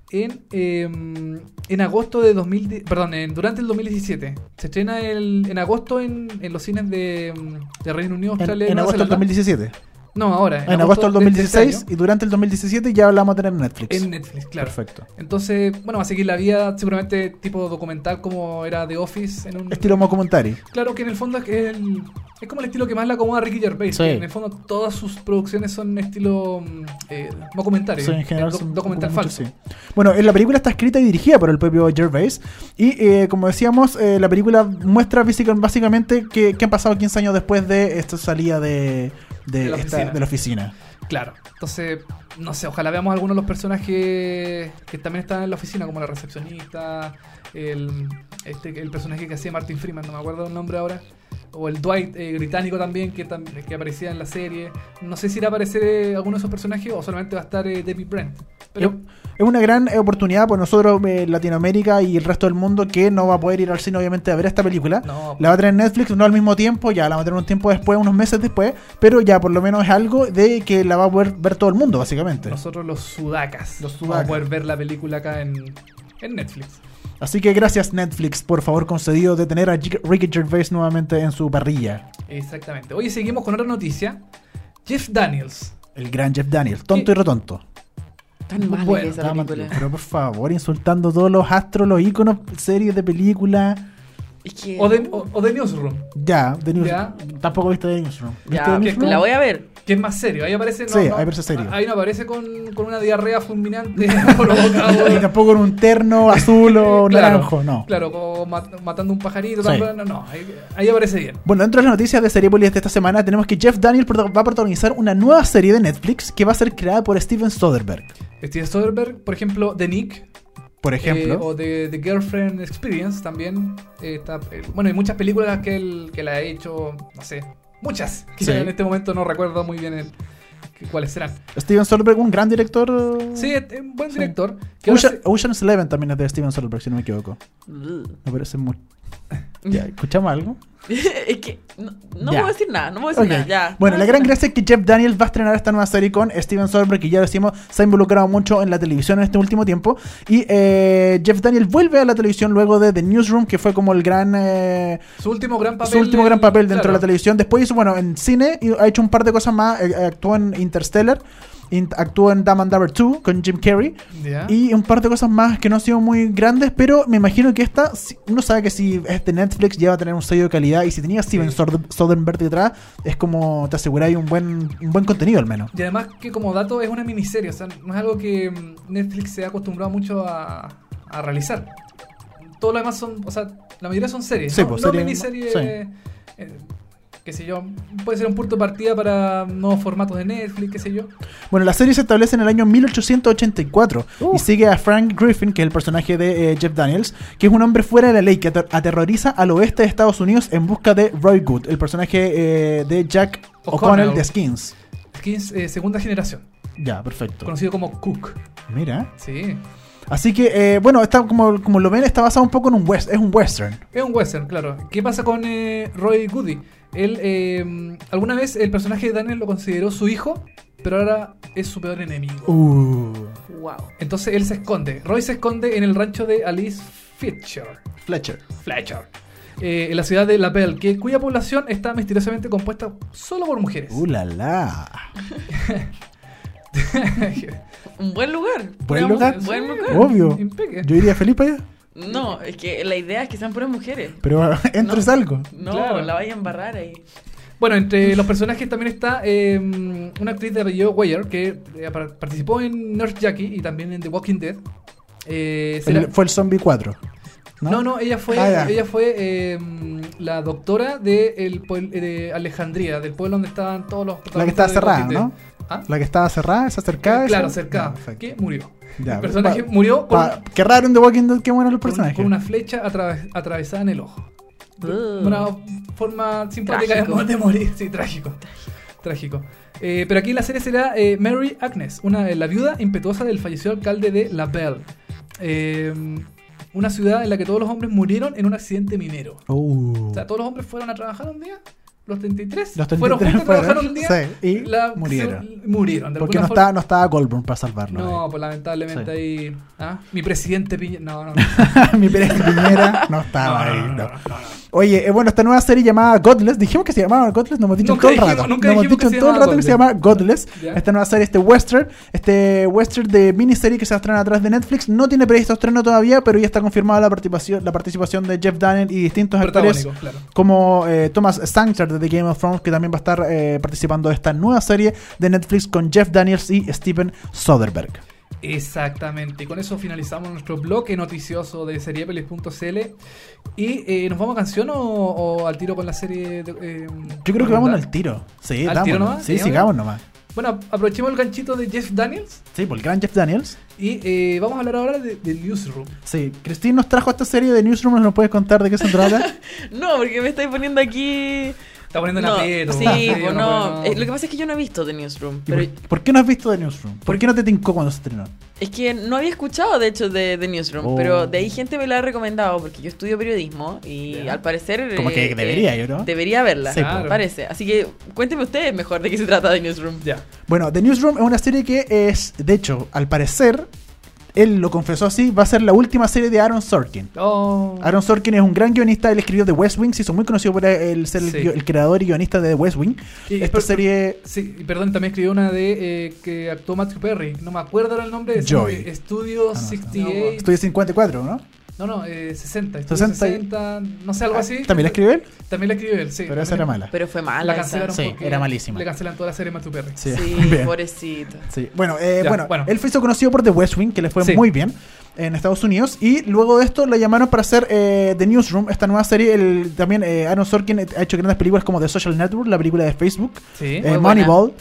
[SPEAKER 2] en, eh, en agosto de 2000, perdón, en- durante el 2017. Se estrena el, en agosto en, en los cines de, mm, de Reino Unido,
[SPEAKER 3] En,
[SPEAKER 2] Australia.
[SPEAKER 3] en
[SPEAKER 2] Nueva
[SPEAKER 3] agosto del
[SPEAKER 2] Zelanda.
[SPEAKER 3] 2017.
[SPEAKER 2] No, ahora.
[SPEAKER 3] En, agosto del
[SPEAKER 2] de- de este
[SPEAKER 3] 2016
[SPEAKER 2] año,
[SPEAKER 3] y durante el 2017 ya la vamos a tener en Netflix.
[SPEAKER 2] en Netflix, claro.
[SPEAKER 3] Perfecto.
[SPEAKER 2] Entonces, bueno, va a seguir la vía seguramente tipo documental como era The Office en un
[SPEAKER 3] Estilo documentary.
[SPEAKER 2] Claro que en el fondo es, el- es como el estilo que más le acomoda a Ricky Gervais.
[SPEAKER 3] Sí.
[SPEAKER 2] que En el fondo todas sus producciones son estilo mm, eh, documentario.
[SPEAKER 3] Sí, en general
[SPEAKER 2] eh, doc-
[SPEAKER 3] son
[SPEAKER 2] documental
[SPEAKER 3] documentos,
[SPEAKER 2] falso.
[SPEAKER 3] sí. Bueno, eh, la película está escrita y dirigida por el propio Gervais. Y eh, como decíamos, eh, la película muestra básica- básicamente que, que han pasado 15 años después de esta salida de, de
[SPEAKER 2] De la
[SPEAKER 3] esta-
[SPEAKER 2] oficina.
[SPEAKER 3] de la oficina.
[SPEAKER 2] Claro. Entonces, no sé, ojalá veamos algunos de los personajes que también están en la oficina, como la recepcionista, el, este, el personaje que hacía Martin Freeman, no me acuerdo el nombre ahora. O el Dwight eh, británico también que, tam- que aparecía en la serie. No sé si irá a aparecer eh, alguno de esos personajes o solamente va a estar eh, David Brent. Pero
[SPEAKER 3] Es una gran eh, oportunidad por nosotros, eh, Latinoamérica y el resto del mundo, que no va a poder ir al cine, obviamente, a ver esta película.
[SPEAKER 2] No.
[SPEAKER 3] La va a tener en Netflix, no al mismo tiempo, ya la va a tener un tiempo después, unos meses después, pero ya por lo menos es algo de que la va a poder ver todo el mundo, básicamente.
[SPEAKER 2] Nosotros los sudacas.
[SPEAKER 3] Este. Los
[SPEAKER 2] Vamos
[SPEAKER 3] sudacas.
[SPEAKER 2] a poder ver la película acá en, en Netflix.
[SPEAKER 3] Así que gracias, Netflix, por favor, concedido de tener a G- Ricky Gervais nuevamente en su parrilla.
[SPEAKER 2] Exactamente. Hoy seguimos con otra noticia. Jeff Daniels.
[SPEAKER 3] El gran Jeff Daniels,
[SPEAKER 2] Sí.
[SPEAKER 3] tonto y retonto.
[SPEAKER 5] Tan mala
[SPEAKER 2] Bueno,
[SPEAKER 5] que es esa película.
[SPEAKER 3] Pero por favor, insultando todos los astros, los íconos, series de películas.
[SPEAKER 5] Es que-
[SPEAKER 2] O de, o- o de Newsroom.
[SPEAKER 3] Ya, The News-
[SPEAKER 2] Ya.
[SPEAKER 3] Tampoco viste The Newsroom.
[SPEAKER 5] Ya,
[SPEAKER 3] ¿Viste The
[SPEAKER 5] que-
[SPEAKER 3] Newsroom?
[SPEAKER 5] la voy a ver.
[SPEAKER 2] Que es más serio. Ahí aparece. No,
[SPEAKER 3] Sí,
[SPEAKER 2] no,
[SPEAKER 3] ahí aparece serio.
[SPEAKER 2] Ahí no aparece con, con una diarrea fulminante provocada por-
[SPEAKER 3] Y tampoco en un terno azul o
[SPEAKER 2] Claro,
[SPEAKER 3] naranjo, no.
[SPEAKER 2] Claro, como mat- matando un pajarito.
[SPEAKER 3] Sí.
[SPEAKER 2] tal, no, no, ahí, ahí aparece bien.
[SPEAKER 3] Bueno, dentro de las noticias de Seriepolis de esta semana tenemos que Jeff Daniels prota- va a protagonizar una nueva serie de Netflix que va a ser creada por Steven Soderbergh,
[SPEAKER 2] Steve Soderbergh, por ejemplo, The Nick,
[SPEAKER 3] por
[SPEAKER 2] Eh,
[SPEAKER 3] ejemplo.
[SPEAKER 2] o de The Girlfriend Experience también. eh, está- eh, bueno, hay muchas películas que él que la ha hecho, no sé, muchas. Que
[SPEAKER 3] Sí.
[SPEAKER 2] en este momento no recuerdo muy bien el- que- cuáles serán.
[SPEAKER 3] Steven Soderbergh, un gran director. eh,
[SPEAKER 2] Sí, es un buen
[SPEAKER 3] Sí.
[SPEAKER 2] director. que ahora
[SPEAKER 3] Ocean-
[SPEAKER 2] se-
[SPEAKER 3] Ocean's Eleven también es de Steven Soderbergh, si no me equivoco.
[SPEAKER 5] es
[SPEAKER 3] Me parece muy... Ya, ¿escuchamos algo?
[SPEAKER 5] que no, no
[SPEAKER 3] Ya.
[SPEAKER 5] puedo decir nada, no puedo decir
[SPEAKER 3] Ok.
[SPEAKER 5] nada. Ya.
[SPEAKER 3] Bueno,
[SPEAKER 5] No
[SPEAKER 3] la
[SPEAKER 5] puedo
[SPEAKER 3] gran
[SPEAKER 5] decir
[SPEAKER 3] gracia es que Jeff Daniels va a estrenar esta nueva serie con Steven Soderbergh, que ya decimos, se ha involucrado mucho en la televisión en este último tiempo. Y eh, Jeff Daniels vuelve a la televisión luego de The Newsroom, que fue como el gran... eh,
[SPEAKER 2] su último gran papel.
[SPEAKER 3] su último gran papel dentro
[SPEAKER 2] claro,
[SPEAKER 3] de la televisión. Después hizo, bueno, en cine, y ha hecho un par de cosas más. eh, actuó en Interstellar, in- actuó en Dumb and Dumber 2 con Jim Carrey.
[SPEAKER 2] ya.
[SPEAKER 3] Y un par de cosas más que no han sido muy grandes, pero me imagino que esta, si- uno sabe que si es de Netflix ya va a tener un sello de calidad y si tenía Steven
[SPEAKER 2] Sí.
[SPEAKER 3] Soder- Soderbergh detrás, es como te aseguráis un buen, un buen contenido al menos.
[SPEAKER 2] Y además que como dato es una miniserie, o sea, no es algo que mm, Netflix se ha acostumbrado mucho a, a realizar. Todo lo demás son, o sea, la mayoría son series,
[SPEAKER 3] Sí,
[SPEAKER 2] no,
[SPEAKER 3] pues,
[SPEAKER 2] No
[SPEAKER 3] series,
[SPEAKER 2] miniseries,
[SPEAKER 3] sí.
[SPEAKER 2] eh, qué sé yo, puede ser un punto de partida para nuevos formatos de Netflix, qué sé yo.
[SPEAKER 3] Bueno, la serie se establece en el año 1884
[SPEAKER 2] Uh.
[SPEAKER 3] y sigue a Frank Griffin, que es el personaje de eh, Jeff Daniels, que es un hombre fuera de la ley que ater- aterroriza al oeste de Estados Unidos en busca de Roy Good, el personaje eh, de Jack O'Connell
[SPEAKER 2] O'Connell.
[SPEAKER 3] de Skins.
[SPEAKER 2] Skins, eh, segunda generación,
[SPEAKER 3] Ya, perfecto.
[SPEAKER 2] conocido como Cook.
[SPEAKER 3] Mira.
[SPEAKER 2] Sí.
[SPEAKER 3] Así que, eh, bueno, está, como, como lo ven, está basado un poco en un west, es un western.
[SPEAKER 2] Es un western, claro. ¿Qué pasa con eh, Roy Goody? Él, eh, alguna vez el personaje de Daniel lo consideró su hijo, pero ahora es su peor enemigo. Uh.
[SPEAKER 5] nada. Wow.
[SPEAKER 2] Entonces él se esconde. Roy se esconde en el rancho de Alice Fletcher.
[SPEAKER 3] Fletcher.
[SPEAKER 2] Fletcher. eh, en la ciudad de La Belle, que, cuya población está misteriosamente compuesta solo por mujeres.
[SPEAKER 3] Uh, la, la.
[SPEAKER 5] Un buen lugar.
[SPEAKER 3] Buen
[SPEAKER 5] Una
[SPEAKER 3] lugar. Oh.
[SPEAKER 5] mu- Buen lugar.
[SPEAKER 3] Obvio.
[SPEAKER 2] Impeque.
[SPEAKER 3] Yo iría a Felipe allá,
[SPEAKER 5] No, es que la idea es que sean puras mujeres.
[SPEAKER 3] pero entres
[SPEAKER 5] No.
[SPEAKER 3] algo.
[SPEAKER 5] No,
[SPEAKER 2] Claro.
[SPEAKER 5] la vaya a embarrar ahí.
[SPEAKER 2] Bueno, entre los personajes también está eh, una actriz de apellido Weyer que eh, par- participó en Nurse Jackie y también en The Walking Dead. Eh,
[SPEAKER 3] El-
[SPEAKER 2] será-
[SPEAKER 3] fue el Zombie 4. ¿no?
[SPEAKER 2] ¿No? no, ella fue,
[SPEAKER 3] Ah, ya.
[SPEAKER 2] ella fue eh, la doctora de, el puebl- de Alejandría, del pueblo donde estaban todos los
[SPEAKER 3] La que
[SPEAKER 2] protagonistas
[SPEAKER 3] estaba
[SPEAKER 2] de The
[SPEAKER 3] cerrada,
[SPEAKER 2] Walking Dead.
[SPEAKER 3] ¿no?
[SPEAKER 2] ¿Ah?
[SPEAKER 3] La que estaba cerrada, se acercaba.
[SPEAKER 2] Eh, claro,
[SPEAKER 3] esa-
[SPEAKER 2] cercada.
[SPEAKER 3] Ya, perfecto.
[SPEAKER 2] que murió.
[SPEAKER 3] Ya,
[SPEAKER 2] el personaje
[SPEAKER 3] Ah, pa-
[SPEAKER 2] murió con,
[SPEAKER 3] pa- Qué raro en The Walking Dead, qué bueno el
[SPEAKER 2] con-
[SPEAKER 3] personaje.
[SPEAKER 2] con una flecha atraves- atravesada en el ojo. Una forma simpática de
[SPEAKER 5] Mm. Trágico.
[SPEAKER 2] mo- de morir. Sí, trágico. Trágico. Eh, pero aquí la serie será eh, Mary Agnes, una, la viuda impetuosa del fallecido alcalde de La Belle. Eh, una ciudad en la que todos los hombres murieron en un accidente minero.
[SPEAKER 3] Uh.
[SPEAKER 2] O sea, todos los hombres fueron a trabajar un día, los 33,
[SPEAKER 3] Los
[SPEAKER 2] fueron
[SPEAKER 3] 33
[SPEAKER 2] juntos a trabajar
[SPEAKER 3] fueron,
[SPEAKER 2] un día
[SPEAKER 3] sí, y murieron.
[SPEAKER 2] se- murieron. de
[SPEAKER 3] Porque no
[SPEAKER 2] alguna
[SPEAKER 3] estaba, no estaba Goldborn para salvarlo. eh.
[SPEAKER 2] forma- No, pues lamentablemente
[SPEAKER 3] Sí.
[SPEAKER 2] ahí. ¿ah? Mi presidente Piñera. No, no.
[SPEAKER 3] ahí. Mi Pérez Piñera no estaba ahí. no. Oye, eh, bueno, esta nueva serie llamada Godless, dijimos que se llamaba Godless, no hemos dicho en
[SPEAKER 2] Nunca
[SPEAKER 3] todo el
[SPEAKER 2] dijimos-
[SPEAKER 3] rato.
[SPEAKER 2] nunca
[SPEAKER 3] No hemos
[SPEAKER 2] dijimos
[SPEAKER 3] dicho
[SPEAKER 2] que
[SPEAKER 3] en
[SPEAKER 2] se
[SPEAKER 3] todo el
[SPEAKER 2] llamaba
[SPEAKER 3] rato que se llama Godless.
[SPEAKER 2] Ya.
[SPEAKER 3] Esta nueva serie, este western, este western de miniserie que se estrena atrás de Netflix, no tiene previsto estreno todavía, pero ya está confirmada la participación, la participación de Jeff Daniel y distintos actores
[SPEAKER 2] Protagónico, claro.
[SPEAKER 3] como eh, Thomas Sanchar de The Game of Thrones, que también va a estar eh, participando de esta nueva serie de Netflix con Jeff Daniels y Steven Soderbergh.
[SPEAKER 2] Exactamente, y con eso finalizamos nuestro bloque noticioso de seriepelis.cl y eh, nos vamos a canción o, o al tiro con la serie de, eh,
[SPEAKER 3] Yo creo que vamos
[SPEAKER 2] ¿verdad?
[SPEAKER 3] al tiro. Sí,
[SPEAKER 2] ¿Al
[SPEAKER 3] dámonos.
[SPEAKER 2] tiro nomás?
[SPEAKER 3] Sí,
[SPEAKER 2] Sí,
[SPEAKER 3] sigamos nomás.
[SPEAKER 2] Bueno, aprovechemos el ganchito de Jeff Daniels
[SPEAKER 3] Sí, por el gran Jeff Daniels.
[SPEAKER 2] y eh, vamos a hablar ahora de, de Newsroom.
[SPEAKER 3] Sí, Christine nos trajo esta serie de Newsroom, ¿nos puedes contar de qué se trata?
[SPEAKER 5] No, porque me estáis poniendo aquí.
[SPEAKER 2] Está poniendo en
[SPEAKER 5] No,
[SPEAKER 2] aprieto.
[SPEAKER 5] sí,
[SPEAKER 2] una
[SPEAKER 5] pues
[SPEAKER 2] weá,
[SPEAKER 5] no. Eh, Lo que pasa es que yo no he visto The Newsroom.
[SPEAKER 3] ¿Y
[SPEAKER 5] Pero
[SPEAKER 3] por, por qué no has visto The Newsroom? ¿Por qué no te tincó cuando se estrenó?
[SPEAKER 5] es que no había escuchado, de hecho, de The Newsroom.
[SPEAKER 3] Oh.
[SPEAKER 5] Pero de ahí gente me la ha recomendado porque yo estudio periodismo y
[SPEAKER 2] Ya.
[SPEAKER 5] al parecer. eh,
[SPEAKER 3] Como que debería yo, ¿no?
[SPEAKER 5] Debería verla,
[SPEAKER 3] Sí, pues.
[SPEAKER 2] Claro.
[SPEAKER 5] me parece. Así que cuéntenme ustedes mejor de qué se trata The Newsroom.
[SPEAKER 2] Ya.
[SPEAKER 3] Bueno, The Newsroom es una serie que es, de hecho, al parecer, él lo confesó así, va a ser la última serie de Aaron Sorkin.
[SPEAKER 2] Oh,
[SPEAKER 3] Aaron Sorkin es un gran guionista, él escribió The West Wing, se hizo muy conocido por eh, el, ser el,
[SPEAKER 2] Sí.
[SPEAKER 3] guio- el creador y guionista de The West Wing.
[SPEAKER 2] Y- y
[SPEAKER 3] Esta
[SPEAKER 2] per-
[SPEAKER 3] serie...
[SPEAKER 2] sí, y perdón, también escribió una de eh, que actuó Matthew Perry. No me acuerdo ahora el nombre. es-
[SPEAKER 3] Joy.
[SPEAKER 2] eh, Studio
[SPEAKER 3] Ah, no,
[SPEAKER 2] 68.
[SPEAKER 3] Estoy 54, ¿no?
[SPEAKER 2] No, no, eh, 60. Estudio
[SPEAKER 3] 60 y- Ah,
[SPEAKER 2] 60. No sé, algo así.
[SPEAKER 3] ¿También la escribió él?
[SPEAKER 2] También la escribió él, sí.
[SPEAKER 3] Pero esa era mala.
[SPEAKER 5] Pero fue mala.
[SPEAKER 2] La
[SPEAKER 5] esa.
[SPEAKER 2] cancelaron
[SPEAKER 3] Ah, Sí,
[SPEAKER 2] porque
[SPEAKER 3] era malísima.
[SPEAKER 2] Le cancelan toda la serie Matthew Perry.
[SPEAKER 5] Sí,
[SPEAKER 3] Bien.
[SPEAKER 5] pobrecito.
[SPEAKER 3] Sí. Bueno, eh,
[SPEAKER 2] Ya,
[SPEAKER 3] bueno,
[SPEAKER 2] bueno.
[SPEAKER 3] él fue hizo conocido por The West Wing, que le fue
[SPEAKER 2] Sí.
[SPEAKER 3] muy bien en Estados Unidos. Y luego de esto le llamaron para hacer eh, The Newsroom, esta nueva serie. El, también eh, Aaron Sorkin ha hecho grandes películas como The Social Network, la película de Facebook,
[SPEAKER 2] Sí.
[SPEAKER 3] eh,
[SPEAKER 5] Muy buena.
[SPEAKER 3] Moneyball,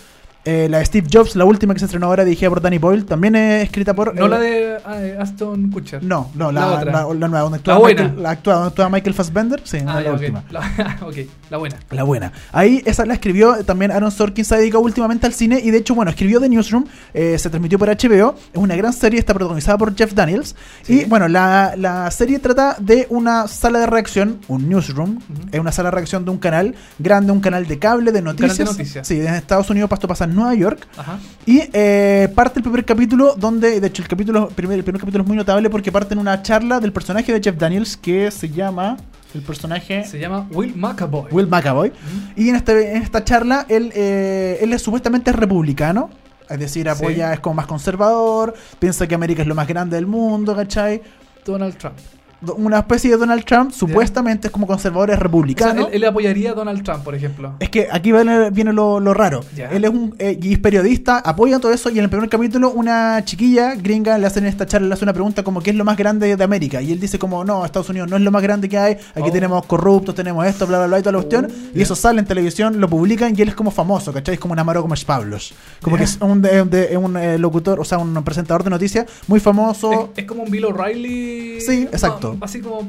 [SPEAKER 3] eh, la de Steve Jobs, la última que se estrenó ahora, dirigida por Danny Boyle, también eh, escrita por.
[SPEAKER 2] no
[SPEAKER 3] eh,
[SPEAKER 2] la de ah, eh, Aston Kutcher.
[SPEAKER 3] No, no, la,
[SPEAKER 2] La
[SPEAKER 3] la,
[SPEAKER 2] otra.
[SPEAKER 3] la nueva, donde
[SPEAKER 2] La
[SPEAKER 3] actúa,
[SPEAKER 2] buena.
[SPEAKER 3] Michael, la actúa- donde actúa Michael Fassbender. Sí, no
[SPEAKER 2] Ah,
[SPEAKER 3] la
[SPEAKER 2] ya, ok.
[SPEAKER 3] última.
[SPEAKER 2] La, ok, la buena.
[SPEAKER 3] La buena. Ahí esa la escribió eh, también Aaron Sorkin, se ha dedicado últimamente al cine y de hecho, bueno, escribió The Newsroom, eh, se transmitió por HBO, es una gran serie, está protagonizada por Jeff Daniels.
[SPEAKER 2] Sí.
[SPEAKER 3] Y bueno, la, la serie trata de una sala de reacción, un newsroom,
[SPEAKER 2] Ujú.
[SPEAKER 3] es una sala de reacción de un canal grande, un canal de cable, de
[SPEAKER 2] canal de
[SPEAKER 3] noticias.
[SPEAKER 2] noticias.
[SPEAKER 3] Sí, desde Estados Unidos pasó pasa en Nueva York.
[SPEAKER 2] Ajá.
[SPEAKER 3] Y eh, parte el primer capítulo donde, de hecho, el capítulo primer, el primer capítulo es muy notable porque parte en una charla del personaje de Jeff Daniels que se llama... El personaje...
[SPEAKER 2] Se llama Will McAvoy.
[SPEAKER 3] Eh. Will McAvoy. Y en, este- en esta charla, él, eh, él es supuestamente republicano. Es decir, apoya,
[SPEAKER 2] Sí.
[SPEAKER 3] es como más conservador, piensa que América es lo más grande del mundo, ¿cachai?
[SPEAKER 2] Donald Trump.
[SPEAKER 3] Do- Una especie de Donald Trump, supuestamente es como conservador, es
[SPEAKER 2] O sea,
[SPEAKER 3] republicano.
[SPEAKER 2] él, él apoyaría a Donald Trump, por ejemplo.
[SPEAKER 3] Es que aquí viene, viene lo, lo raro.
[SPEAKER 2] Ya.
[SPEAKER 3] Él es un eh, y es periodista, apoya todo eso. Y en el primer capítulo, una chiquilla gringa le hacen esta charla, le hace una pregunta como ¿qué es lo más grande de América? Y él dice como, no, Estados Unidos no es lo más grande que hay, aquí
[SPEAKER 2] Oh.
[SPEAKER 3] tenemos corruptos, tenemos esto, bla, bla, bla, y toda la cuestión. y eso sale en televisión, lo publican y él es como famoso, ¿cachai? Es como un amaro como Pablos. Como
[SPEAKER 2] Ya.
[SPEAKER 3] que es un, de- de- un, eh, locutor, o sea, un presentador de noticias muy famoso.
[SPEAKER 2] Es, es como un Bill O'Reilly.
[SPEAKER 3] Sí,
[SPEAKER 2] ma-
[SPEAKER 3] exacto.
[SPEAKER 2] Así como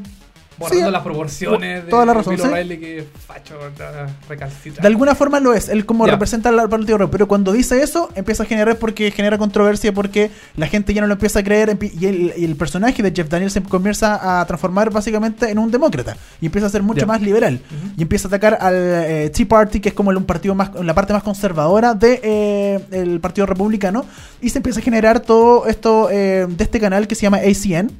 [SPEAKER 2] borrando
[SPEAKER 3] Sí, eh,
[SPEAKER 2] las proporciones de
[SPEAKER 3] toda la razón,
[SPEAKER 2] Bill
[SPEAKER 3] sí.
[SPEAKER 2] O'Reilly que es facho, da- recalcita.
[SPEAKER 3] De alguna forma lo es, él como
[SPEAKER 2] Ya.
[SPEAKER 3] representa al Partido Obrero, pero cuando dice eso empieza a generar porque genera controversia porque la gente ya no lo empieza a creer empi- y el, y el personaje de Jeff Daniels se comienza a transformar básicamente en un demócrata y empieza a ser mucho
[SPEAKER 2] Ya.
[SPEAKER 3] más liberal y empieza a atacar al eh, Tea Party que es como el, un partido más la parte más conservadora de eh, el Partido Republicano y se empieza a generar todo esto eh, de este canal que se llama ACN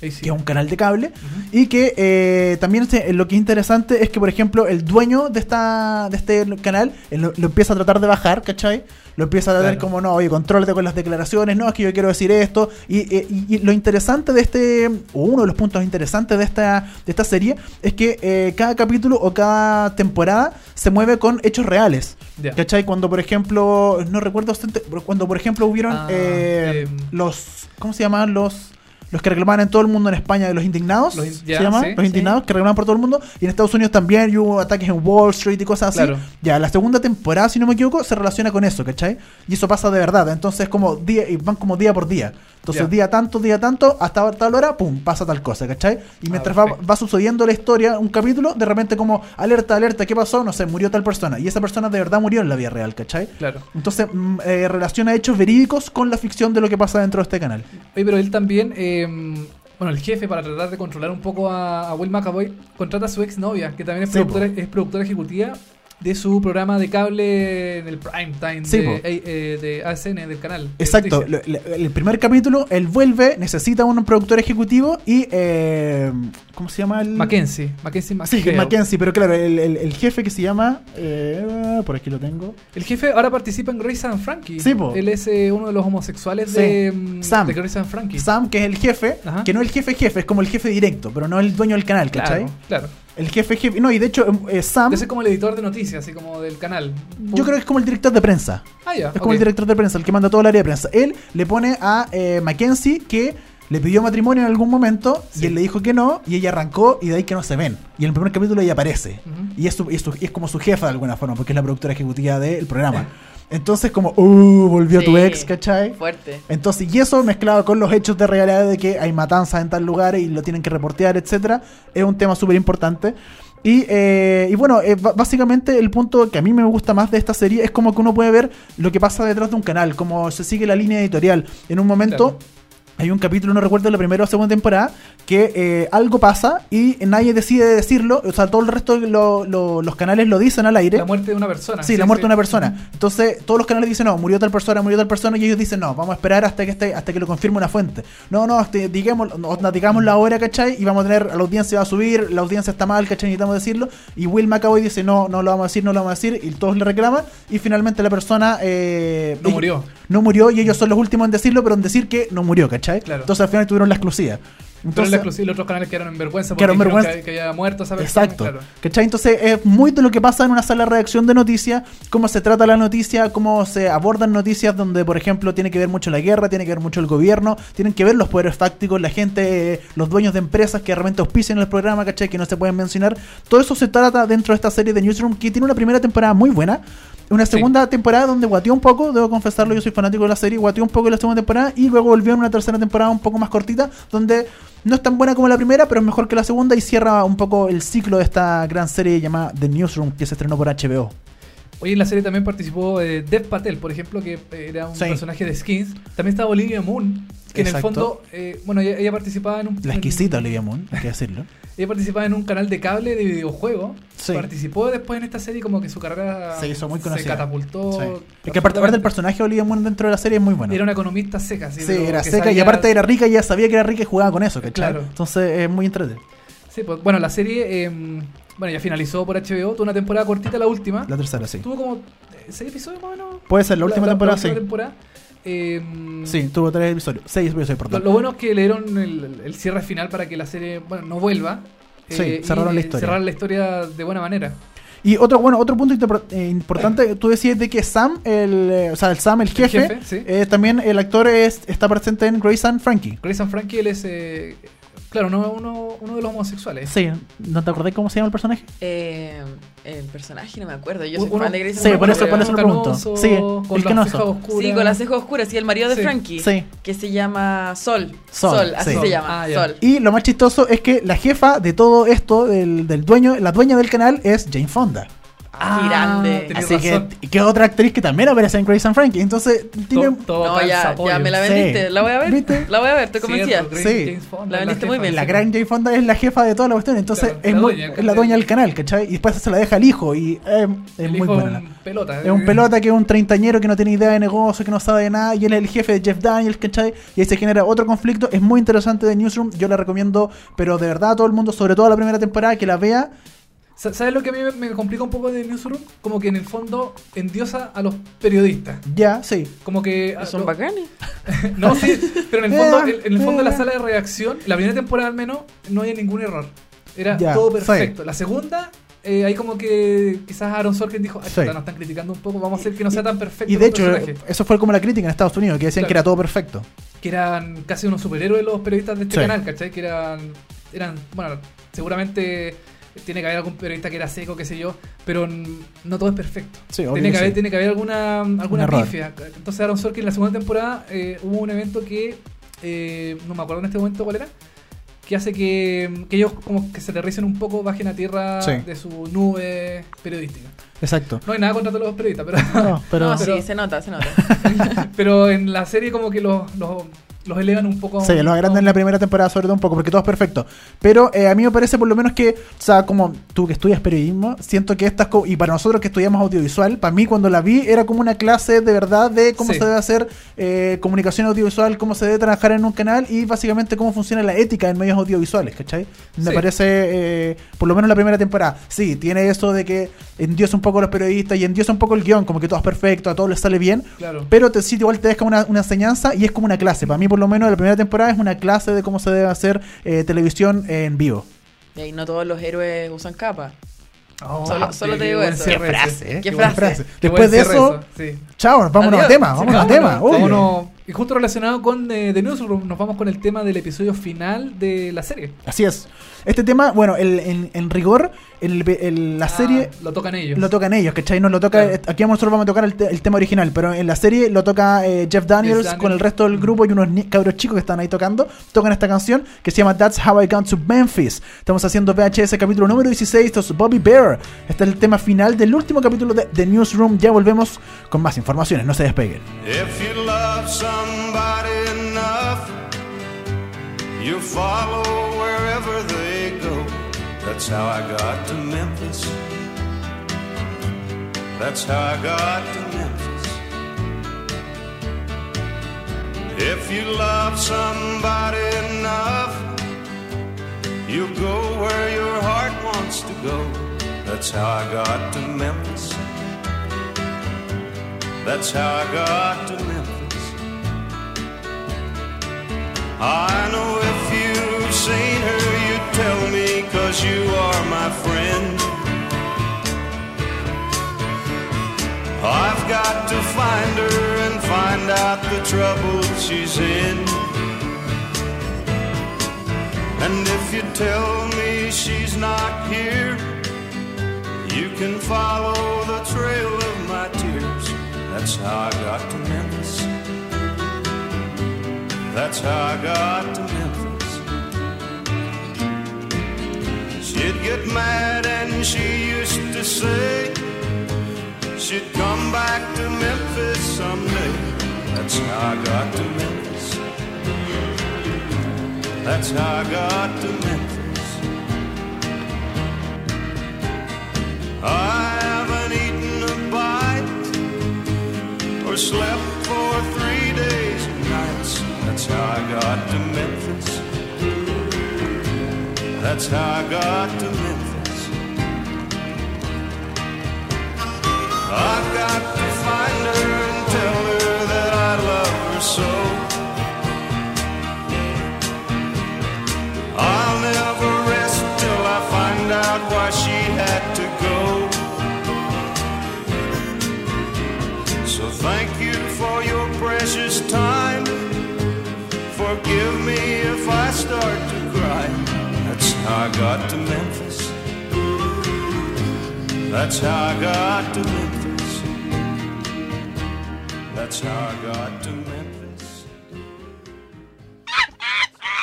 [SPEAKER 2] Ahí sí.
[SPEAKER 3] que es un canal de cable y que eh, también se- lo que es interesante es que por ejemplo el dueño de esta de este canal él lo, lo empieza a tratar de bajar ¿cachai? lo empieza a tratar
[SPEAKER 2] Claro.
[SPEAKER 3] como no oye contrólate con las declaraciones no es que yo quiero decir esto y, eh, y- y lo interesante de este o uno de los puntos interesantes de esta de esta serie es que eh, cada capítulo o cada temporada se mueve con hechos reales
[SPEAKER 2] Ya.
[SPEAKER 3] ¿cachai? cuando por ejemplo no recuerdo ostente- cuando por ejemplo hubieron
[SPEAKER 2] Ah,
[SPEAKER 3] eh,
[SPEAKER 2] em.
[SPEAKER 3] los ¿cómo se llamaban los los que reclamaban en todo el mundo en España de los indignados
[SPEAKER 2] Los in-
[SPEAKER 3] se
[SPEAKER 2] ya,
[SPEAKER 3] llama
[SPEAKER 2] sí,
[SPEAKER 3] los indignados que reclamaban por todo el mundo y en Estados Unidos también y hubo ataques en Wall Street y cosas así
[SPEAKER 2] Claro.
[SPEAKER 3] ya la segunda temporada si no me equivoco se relaciona con eso ¿cachai? y eso pasa de verdad entonces como día y van como día por día entonces
[SPEAKER 2] Ya.
[SPEAKER 3] día tanto día tanto hasta tal hora pum pasa tal cosa ¿cachai? y
[SPEAKER 2] Ah,
[SPEAKER 3] mientras va,
[SPEAKER 2] perfecto.
[SPEAKER 3] va sucediendo la historia un capítulo de repente como alerta alerta ¿qué pasó? no sé murió tal persona y esa persona de verdad murió en la vida real ¿cachai?
[SPEAKER 2] Claro.
[SPEAKER 3] Entonces, mm, eh, relaciona hechos verídicos con la ficción de lo que pasa dentro de este canal.
[SPEAKER 2] Oye, pero él también eh, Bueno, el jefe, para tratar de controlar un poco a, a Will McAvoy, contrata a su exnovia, que también es,
[SPEAKER 3] Sí, po.
[SPEAKER 2] productora, es productora ejecutiva de su programa de cable en el prime time
[SPEAKER 3] Sí,
[SPEAKER 2] de,
[SPEAKER 3] po.
[SPEAKER 2] eh, eh, de ASN, del canal. de
[SPEAKER 3] Exacto,
[SPEAKER 2] noticias.
[SPEAKER 3] lo- lo- el primer capítulo, él vuelve, necesita un productor ejecutivo y... eh, ¿Cómo se llama? El...
[SPEAKER 2] Mackenzie, Mackenzie
[SPEAKER 3] Sí,
[SPEAKER 2] McHale.
[SPEAKER 3] Mackenzie, pero claro, el, el- el jefe que se llama... eh, por aquí lo tengo.
[SPEAKER 2] El jefe ahora participa en Grace and Frankie.
[SPEAKER 3] Sí, po.
[SPEAKER 2] Él es eh, uno de los homosexuales
[SPEAKER 3] Sí.
[SPEAKER 2] de, mm,
[SPEAKER 3] Sam.
[SPEAKER 2] de Grace and Frankie.
[SPEAKER 3] Sam, que es el jefe,
[SPEAKER 2] Ajá.
[SPEAKER 3] que no el jefe jefe, es como el jefe directo, pero no el dueño del canal, ¿cachai?
[SPEAKER 2] claro, claro.
[SPEAKER 3] El jefe jefe... No, y de hecho eh, Sam,
[SPEAKER 2] Ese es como el editor de noticias, así como del canal.
[SPEAKER 3] yo creo que es como el director de prensa.
[SPEAKER 2] Ah, ya.
[SPEAKER 3] Es como
[SPEAKER 2] ok.
[SPEAKER 3] el director de prensa, el que manda todo el área de prensa. Él le pone a eh, Mackenzie que le pidió matrimonio en algún momento
[SPEAKER 2] Sí.
[SPEAKER 3] y él le dijo que no y ella arrancó y de ahí que no se ven. Y en el primer capítulo ella aparece.
[SPEAKER 2] Ujú.
[SPEAKER 3] Y es, su- y es su- y es como su jefa de alguna forma porque es la productora ejecutiva del programa. Entonces como, uh, volvió tu
[SPEAKER 5] Sí.
[SPEAKER 3] ex, ¿cachai?
[SPEAKER 5] Fuerte.
[SPEAKER 3] Entonces, y eso mezclado con los hechos de realidad de que hay matanzas en tal lugar y lo tienen que reportear, etcétera, es un tema súper importante. Y, eh, y bueno, eh, ba- básicamente el punto que a mí me gusta más de esta serie es como que uno puede ver lo que pasa detrás de un canal, como se sigue la línea editorial. En un momento.
[SPEAKER 2] Claro.
[SPEAKER 3] Hay un capítulo, no recuerdo la primera o segunda temporada, que eh, algo pasa y nadie decide decirlo. O sea, todo el resto de lo- lo- los canales lo dicen al aire.
[SPEAKER 2] La muerte de una persona.
[SPEAKER 3] Sí, la muerte de una persona. Entonces, todos los canales dicen, no, murió tal persona, murió tal persona, y ellos dicen, no, vamos a esperar hasta que esté, hasta que lo confirme una fuente. No, no, este, digamos, onda, digamos la hora, ¿cachai? Y vamos a tener, la audiencia va a subir, la audiencia está mal, ¿cachai? Necesitamos decirlo. Y Will McAvoy dice, no, no lo vamos a decir, no lo vamos a decir, y todos le reclaman, y finalmente la persona... eh,
[SPEAKER 2] No
[SPEAKER 3] ella-
[SPEAKER 2] murió.
[SPEAKER 3] No murió, y ellos son los últimos en decirlo, pero en decir que no murió, ¿cachai?
[SPEAKER 2] Claro.
[SPEAKER 3] Entonces, al final tuvieron la exclusiva.
[SPEAKER 2] Pero
[SPEAKER 3] Entonces,
[SPEAKER 2] la exclusiva, los otros canales quedaron en vergüenza porque
[SPEAKER 3] Quedaron en
[SPEAKER 2] dijeron
[SPEAKER 3] vergüenza.
[SPEAKER 2] Que, que había muerto esa persona.
[SPEAKER 3] Exacto.
[SPEAKER 2] claro.
[SPEAKER 3] ¿Cachai? Entonces es muy de lo que pasa en una sala de redacción de noticias, cómo se trata la noticia, cómo se abordan noticias donde, por ejemplo, tiene que ver mucho la guerra, tiene que ver mucho el gobierno, tienen que ver los poderes fácticos, la gente, eh, los dueños de empresas que realmente auspician el programa, ¿cachai? Que no se pueden mencionar. Todo eso se trata dentro de esta serie de Newsroom que tiene una primera temporada muy buena. Una segunda temporada donde guateó un poco, debo confesarlo, yo soy fanático de la serie, guateó un poco en la segunda temporada y luego volvió en una tercera temporada un poco más cortita, donde no es tan buena como la primera, pero es mejor que la segunda y cierra un poco el ciclo de esta gran serie llamada The Newsroom que se estrenó por HBO.
[SPEAKER 2] Oye, en la serie también participó eh, Dev Patel, por ejemplo, que eh, era un
[SPEAKER 3] Sí.
[SPEAKER 2] personaje de Skins. También estaba Olivia Moon, que en el
[SPEAKER 3] Exacto.
[SPEAKER 2] fondo, eh, bueno, ella, ella participaba en un...
[SPEAKER 3] La
[SPEAKER 2] en-
[SPEAKER 3] exquisita Olivia Moon, hay que decirlo.
[SPEAKER 2] Ella participaba en un canal de cable de videojuegos.
[SPEAKER 3] Sí.
[SPEAKER 2] Participó después en esta serie y como que su carrera
[SPEAKER 3] Se hizo muy
[SPEAKER 2] Se
[SPEAKER 3] conocida.
[SPEAKER 2] catapultó.
[SPEAKER 3] Sí. Es que aparte, aparte el
[SPEAKER 2] absolutamente.
[SPEAKER 3] personaje de Olivia Moon dentro de la serie es muy bueno.
[SPEAKER 2] Era una economista seca, sí.
[SPEAKER 3] Sí,
[SPEAKER 2] pero
[SPEAKER 3] era
[SPEAKER 2] que
[SPEAKER 3] seca y
[SPEAKER 2] sabía-
[SPEAKER 3] aparte era rica y ya sabía que era rica y jugaba con eso, ¿cachai?
[SPEAKER 2] Claro.
[SPEAKER 3] Entonces es muy entretenido.
[SPEAKER 2] Sí, pues, bueno, la serie, eh, bueno, ya finalizó por HBO. Tuvo una temporada cortita, la última.
[SPEAKER 3] La tercera, sí.
[SPEAKER 2] Tuvo como eh, seis episodios más o menos.
[SPEAKER 3] Puede ser, la última temporada,
[SPEAKER 2] última
[SPEAKER 3] sí.
[SPEAKER 2] temporada. Eh,
[SPEAKER 3] Sí, tuvo tres episodios. Seis episodios, perdón.
[SPEAKER 2] Lo, lo bueno es que le dieron el, el cierre final para que la serie, bueno, no vuelva.
[SPEAKER 3] Sí, cerraron
[SPEAKER 2] y,
[SPEAKER 3] la
[SPEAKER 2] eh,
[SPEAKER 3] historia.
[SPEAKER 2] Cerraron la historia de buena manera.
[SPEAKER 3] Y otro, bueno, otro punto interpro- eh, importante, tú decías de que Sam, el, eh, o sea, el Sam, el jefe,
[SPEAKER 2] jefe, sí.
[SPEAKER 3] eh, también el actor es, está presente en Grey's and Frankie.
[SPEAKER 2] Grace and Frankie, él es, eh, claro, no, uno, uno de los homosexuales.
[SPEAKER 3] Sí, ¿no te acordás cómo se llama el personaje?
[SPEAKER 5] Eh, el personaje, no me acuerdo. Yo soy
[SPEAKER 2] Uno-
[SPEAKER 5] fan de Grey's
[SPEAKER 3] Sí,
[SPEAKER 5] Anatomy,
[SPEAKER 3] por eso-
[SPEAKER 5] pero-
[SPEAKER 3] por eso- lo pregunto.
[SPEAKER 2] Canoso,
[SPEAKER 3] Sí,
[SPEAKER 2] con las
[SPEAKER 3] el canoso.
[SPEAKER 2] cejas oscuras.
[SPEAKER 5] Sí, con las cejas oscuras. Sí, el marido de
[SPEAKER 2] Sí.
[SPEAKER 5] Frankie.
[SPEAKER 3] Sí.
[SPEAKER 5] Que se llama Sol.
[SPEAKER 3] Sol,
[SPEAKER 5] Sol, así
[SPEAKER 3] sí.
[SPEAKER 5] se llama.
[SPEAKER 2] Ah, ya.
[SPEAKER 5] Sol.
[SPEAKER 3] Y lo más chistoso es que la jefa de todo esto, del, del dueño, la dueña del canal es Jane Fonda.
[SPEAKER 5] Ah, qué grande.
[SPEAKER 2] tenés
[SPEAKER 3] Así que,
[SPEAKER 2] razón.
[SPEAKER 3] que otra actriz que también aparece en Grey's and Frankie. Entonces, tiene...
[SPEAKER 2] To- todo
[SPEAKER 5] No,
[SPEAKER 2] calza,
[SPEAKER 5] ya,
[SPEAKER 2] pollo.
[SPEAKER 5] ya me la
[SPEAKER 3] Sí.
[SPEAKER 5] vendiste. La voy a ver.
[SPEAKER 3] ¿Viste?
[SPEAKER 5] La voy a ver, estoy
[SPEAKER 2] Cierto,
[SPEAKER 5] convencida.
[SPEAKER 2] Grace
[SPEAKER 3] Sí.
[SPEAKER 2] James Fonda,
[SPEAKER 5] La vendiste muy
[SPEAKER 2] jefa.
[SPEAKER 5] bien.
[SPEAKER 3] La gran Jane Fonda es la jefa de toda la cuestión, entonces
[SPEAKER 2] Claro,
[SPEAKER 3] es,
[SPEAKER 2] la
[SPEAKER 3] muy-
[SPEAKER 2] dueña, eh.
[SPEAKER 3] es la dueña del canal, ¿cachai? Y después se la deja al hijo y eh, es
[SPEAKER 2] El
[SPEAKER 3] muy
[SPEAKER 2] hijo
[SPEAKER 3] buena. la-
[SPEAKER 2] es un pelota. eh.
[SPEAKER 3] Es un pelota que es un treintañero que no tiene idea de negocio, que no sabe de nada, y él es el jefe de Jeff Daniels, ¿cachai? Y ahí se genera otro conflicto. Es muy interesante de Newsroom, yo la recomiendo, pero de verdad a todo el mundo, sobre todo a la primera temporada, que la vea.
[SPEAKER 2] Sa- ¿Sabes lo que a mí me, me complica un poco de Newsroom? Como que en el fondo endiosa a los periodistas.
[SPEAKER 3] Ya, sí.
[SPEAKER 2] Como que. ah,
[SPEAKER 5] Son
[SPEAKER 2] lo-
[SPEAKER 5] bacanes.
[SPEAKER 2] No, sí, pero en el fondo,
[SPEAKER 3] Eh,
[SPEAKER 2] en el fondo de la
[SPEAKER 3] eh.
[SPEAKER 2] sala de redacción, la primera temporada al menos, no había ningún error. Era
[SPEAKER 3] Ya,
[SPEAKER 2] todo
[SPEAKER 3] sí.
[SPEAKER 2] perfecto. La segunda, eh, ahí como que quizás Aaron Sorkin dijo, ah,
[SPEAKER 3] Sí.
[SPEAKER 2] chuta, nos están criticando un poco, vamos a hacer que no sea tan perfecto.
[SPEAKER 3] Y
[SPEAKER 2] como
[SPEAKER 3] de hecho,
[SPEAKER 2] personaje".
[SPEAKER 3] eso fue como la crítica en Estados Unidos, que decían
[SPEAKER 2] Claro.
[SPEAKER 3] que era todo perfecto.
[SPEAKER 2] que eran casi unos superhéroes los periodistas de este
[SPEAKER 3] Sí.
[SPEAKER 2] canal, ¿cachai? Que eran, eran, bueno, seguramente tiene que haber algún periodista que era seco, qué sé yo, pero mm, no todo es perfecto.
[SPEAKER 3] Sí, obvio
[SPEAKER 2] tiene,
[SPEAKER 3] que
[SPEAKER 2] que haber,
[SPEAKER 3] sí.
[SPEAKER 2] tiene que haber alguna, alguna
[SPEAKER 3] error.
[SPEAKER 2] pifia. Entonces Aaron Sorkin en la segunda temporada eh, hubo un evento que, eh, no me acuerdo en este momento cuál era, que hace que, que ellos como que se aterricen un poco, bajen a tierra
[SPEAKER 3] Sí.
[SPEAKER 2] de su nube periodística.
[SPEAKER 3] Exacto.
[SPEAKER 2] No hay nada contra todos los periodistas, pero...
[SPEAKER 3] No, pero
[SPEAKER 5] no,
[SPEAKER 2] pero-
[SPEAKER 5] sí, se nota, se nota.
[SPEAKER 2] Pero en la serie como que los, los, los elevan un poco.
[SPEAKER 3] Sí, los agrandan en la primera temporada, sobre todo un poco, porque todo es perfecto. Pero eh, a mí me parece, por lo menos, que, o sea, como tú que estudias periodismo, siento que estas. co- Y para nosotros que estudiamos audiovisual, para mí cuando la vi era como una clase de verdad de cómo
[SPEAKER 2] Sí.
[SPEAKER 3] se debe hacer eh, comunicación audiovisual, cómo se debe trabajar en un canal y básicamente cómo funciona la ética en medios audiovisuales, ¿cachai?
[SPEAKER 2] Sí.
[SPEAKER 3] Me parece, eh, por lo menos la primera temporada. Sí, tiene eso de que endiosa un poco a los periodistas y endiosa un poco el guión, como que todo es perfecto, a todo les sale bien.
[SPEAKER 2] Claro.
[SPEAKER 3] Pero te, sí, igual te deja una, una enseñanza y es como una clase. Para mí, por lo menos, la primera temporada es una clase de cómo se debe hacer eh, televisión en vivo.
[SPEAKER 5] Y ahí no todos los héroes usan capa.
[SPEAKER 2] Oh,
[SPEAKER 5] Solo- solo te digo
[SPEAKER 2] buen
[SPEAKER 5] eso.
[SPEAKER 2] cierre
[SPEAKER 3] Qué
[SPEAKER 2] ese.
[SPEAKER 3] frase, ¿eh?
[SPEAKER 5] Qué
[SPEAKER 3] buena
[SPEAKER 5] frase.
[SPEAKER 2] Qué
[SPEAKER 3] Después
[SPEAKER 2] buen
[SPEAKER 3] de
[SPEAKER 2] cierre
[SPEAKER 3] eso,
[SPEAKER 2] eso, sí.
[SPEAKER 3] chao, vámonos
[SPEAKER 5] Adiós.
[SPEAKER 3] al tema. Vámonos al
[SPEAKER 2] Vámonos,
[SPEAKER 3] tema. obvio.
[SPEAKER 2] vámonos. Y justo relacionado con eh, The Newsroom, nos vamos con el tema del episodio final de la serie.
[SPEAKER 3] Así es. Este tema, bueno, el- en, en rigor, el- el- la
[SPEAKER 2] Ah,
[SPEAKER 3] serie
[SPEAKER 2] Lo tocan ellos.
[SPEAKER 3] Lo tocan ellos, ¿cachai? No lo toca. eh,
[SPEAKER 2] Claro.
[SPEAKER 3] Aquí nosotros vamos a tocar el, te- el tema original, pero en la serie lo toca eh, Jeff Daniels
[SPEAKER 2] Daniels.
[SPEAKER 3] con el resto del grupo y unos ni- cabros chicos que están ahí tocando. Tocan esta canción que se llama That's How I Got to Memphis. Estamos haciendo VHS capítulo número 16. Esto es Bobby Bear. Este es el tema final del último capítulo de The Newsroom. Ya volvemos con más informaciones. No se despeguen.
[SPEAKER 6] If you love somebody enough, you follow wherever they go. That's how I got to Memphis. That's how I got to Memphis. If you love somebody enough, you go where your heart wants to go. That's how I got to Memphis. That's how I got to Memphis. I know if you've seen her, you tell me, cause you are my friend. I've got to find her and find out the trouble she's in. And if you tell me she's not here, you can follow the trail of my tears. That's how I got to Memphis. That's how I got to Memphis. She'd get mad and she used to say she'd come back to Memphis someday. That's how I got to Memphis. That's how I got to Memphis. I haven't eaten a bite or slept for three days and nights. That's how I got to Memphis. That's how I got to Memphis. I've got to find her and tell her that I love her so. I'll never rest till I find out why she had to go. So thank you for your precious time. Forgive me if I start to cry. That's how I got to Memphis. That's how I got to Memphis. That's how I got to Memphis.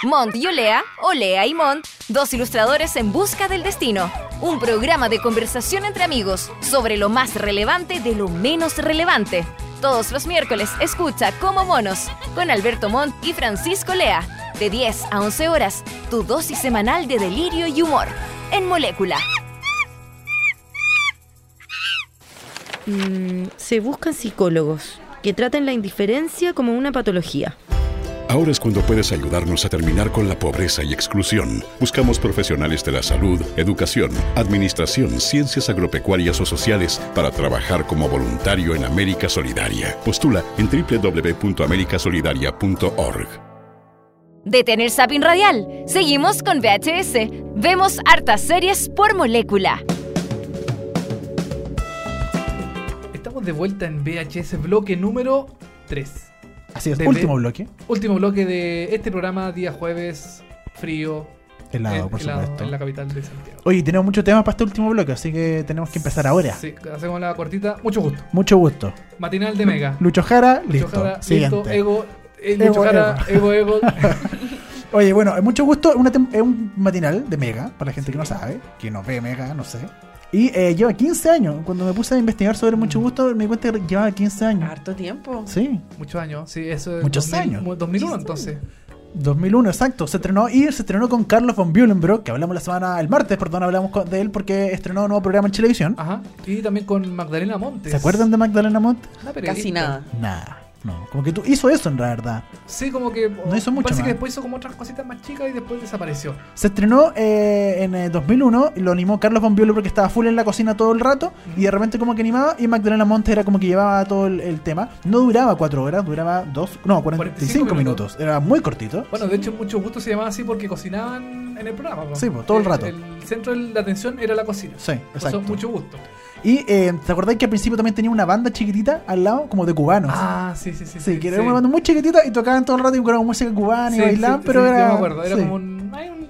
[SPEAKER 1] Mont y Olea, Olea y Mont, dos ilustradores en busca del destino. Un programa de conversación entre amigos sobre lo más relevante de lo menos relevante. Todos los miércoles escucha Como Monos con Alberto Mont y Francisco Lea. De 10 a 11 horas, tu dosis semanal de delirio y humor. En Molécula.
[SPEAKER 7] Mm, se buscan psicólogos que traten la indiferencia como una patología.
[SPEAKER 8] Ahora es cuando puedes ayudarnos a terminar con la pobreza y exclusión. Buscamos profesionales de la salud, educación, administración, ciencias agropecuarias o sociales para trabajar como voluntario en América Solidaria. Postula en www.americasolidaria.org.
[SPEAKER 1] Detener Sapin Radial. Seguimos con VHS. Vemos hartas series por Molécula.
[SPEAKER 2] Estamos de vuelta en VHS bloque número 3.
[SPEAKER 3] Así es,
[SPEAKER 2] Desde-
[SPEAKER 3] último bloque.
[SPEAKER 2] Último bloque de este programa, día jueves, frío.
[SPEAKER 3] Helado,
[SPEAKER 2] eh,
[SPEAKER 3] por
[SPEAKER 2] helado,
[SPEAKER 3] supuesto.
[SPEAKER 2] En la capital de Santiago.
[SPEAKER 3] Oye, tenemos muchos temas para este último bloque, así que tenemos que empezar ahora.
[SPEAKER 2] Sí, hacemos la cortita. Mucho gusto.
[SPEAKER 3] Mucho gusto.
[SPEAKER 2] Matinal de Mega.
[SPEAKER 3] Lucho Jara, Mm, listo.
[SPEAKER 2] Chojara,
[SPEAKER 3] Siguiente.
[SPEAKER 2] listo, ego. eh,
[SPEAKER 3] Ego,
[SPEAKER 2] Lucho Jara, ego, ego.
[SPEAKER 3] Oye, eh, bueno, eh, mucho gusto. una tem- es un matinal de Mega, para la gente que no sabe, que no ve Mega, no sé. Y eh, lleva 15 años. Cuando me puse a investigar sobre mucho gusto, me di cuenta que llevaba 15 años.
[SPEAKER 5] Harto tiempo.
[SPEAKER 3] Sí,
[SPEAKER 2] Muchos años, sí, eso es.
[SPEAKER 3] Muchos
[SPEAKER 2] 2000,
[SPEAKER 3] años.
[SPEAKER 2] mu- 2001 entonces.
[SPEAKER 3] 2001, exacto. Se estrenó y se estrenó con Carlos von Bühlenbrock, que hablamos la semana, el martes, perdón, hablamos con- de él porque estrenó un nuevo programa en televisión.
[SPEAKER 2] Ajá. Y también con Magdalena Montes.
[SPEAKER 3] ¿Se acuerdan de Magdalena Mont?
[SPEAKER 2] Una periodista.
[SPEAKER 5] Casi nada.
[SPEAKER 3] Nada, no. Como que tú hizo eso en la verdad.
[SPEAKER 2] Sí, como que.
[SPEAKER 3] No hizo mucho
[SPEAKER 2] Parece
[SPEAKER 3] más.
[SPEAKER 2] que después hizo como otras cositas más chicas y después desapareció.
[SPEAKER 3] Se estrenó eh, en eh, 2001 y lo animó Carlos von Bühler porque estaba full en la cocina todo el rato y de repente como que animaba y Magdalena Montes era como que llevaba todo el, el tema. No duraba 4 horas, duraba 2, no, 45,
[SPEAKER 2] 45
[SPEAKER 3] minutos. Era muy cortito.
[SPEAKER 2] Bueno, de hecho, mucho gusto se llamaba así porque cocinaban en el programa. ¿no?
[SPEAKER 3] Sí, pues, todo el rato.
[SPEAKER 2] El centro de la atención era la cocina.
[SPEAKER 3] Sí, exacto.
[SPEAKER 2] Eso, mucho gusto.
[SPEAKER 3] Y eh, ¿te acordáis que al principio también tenía una banda chiquitita al lado como de cubanos?
[SPEAKER 2] Ah, sí, sí, sí.
[SPEAKER 3] Sí, que era una banda muy chiquitita y tocaban todo el rato y tocaban música cubana y
[SPEAKER 2] Sí,
[SPEAKER 3] bailaban,
[SPEAKER 2] sí,
[SPEAKER 3] pero
[SPEAKER 2] sí,
[SPEAKER 3] era...
[SPEAKER 2] Yo me acuerdo, era
[SPEAKER 3] sí.
[SPEAKER 2] como un. Hay un,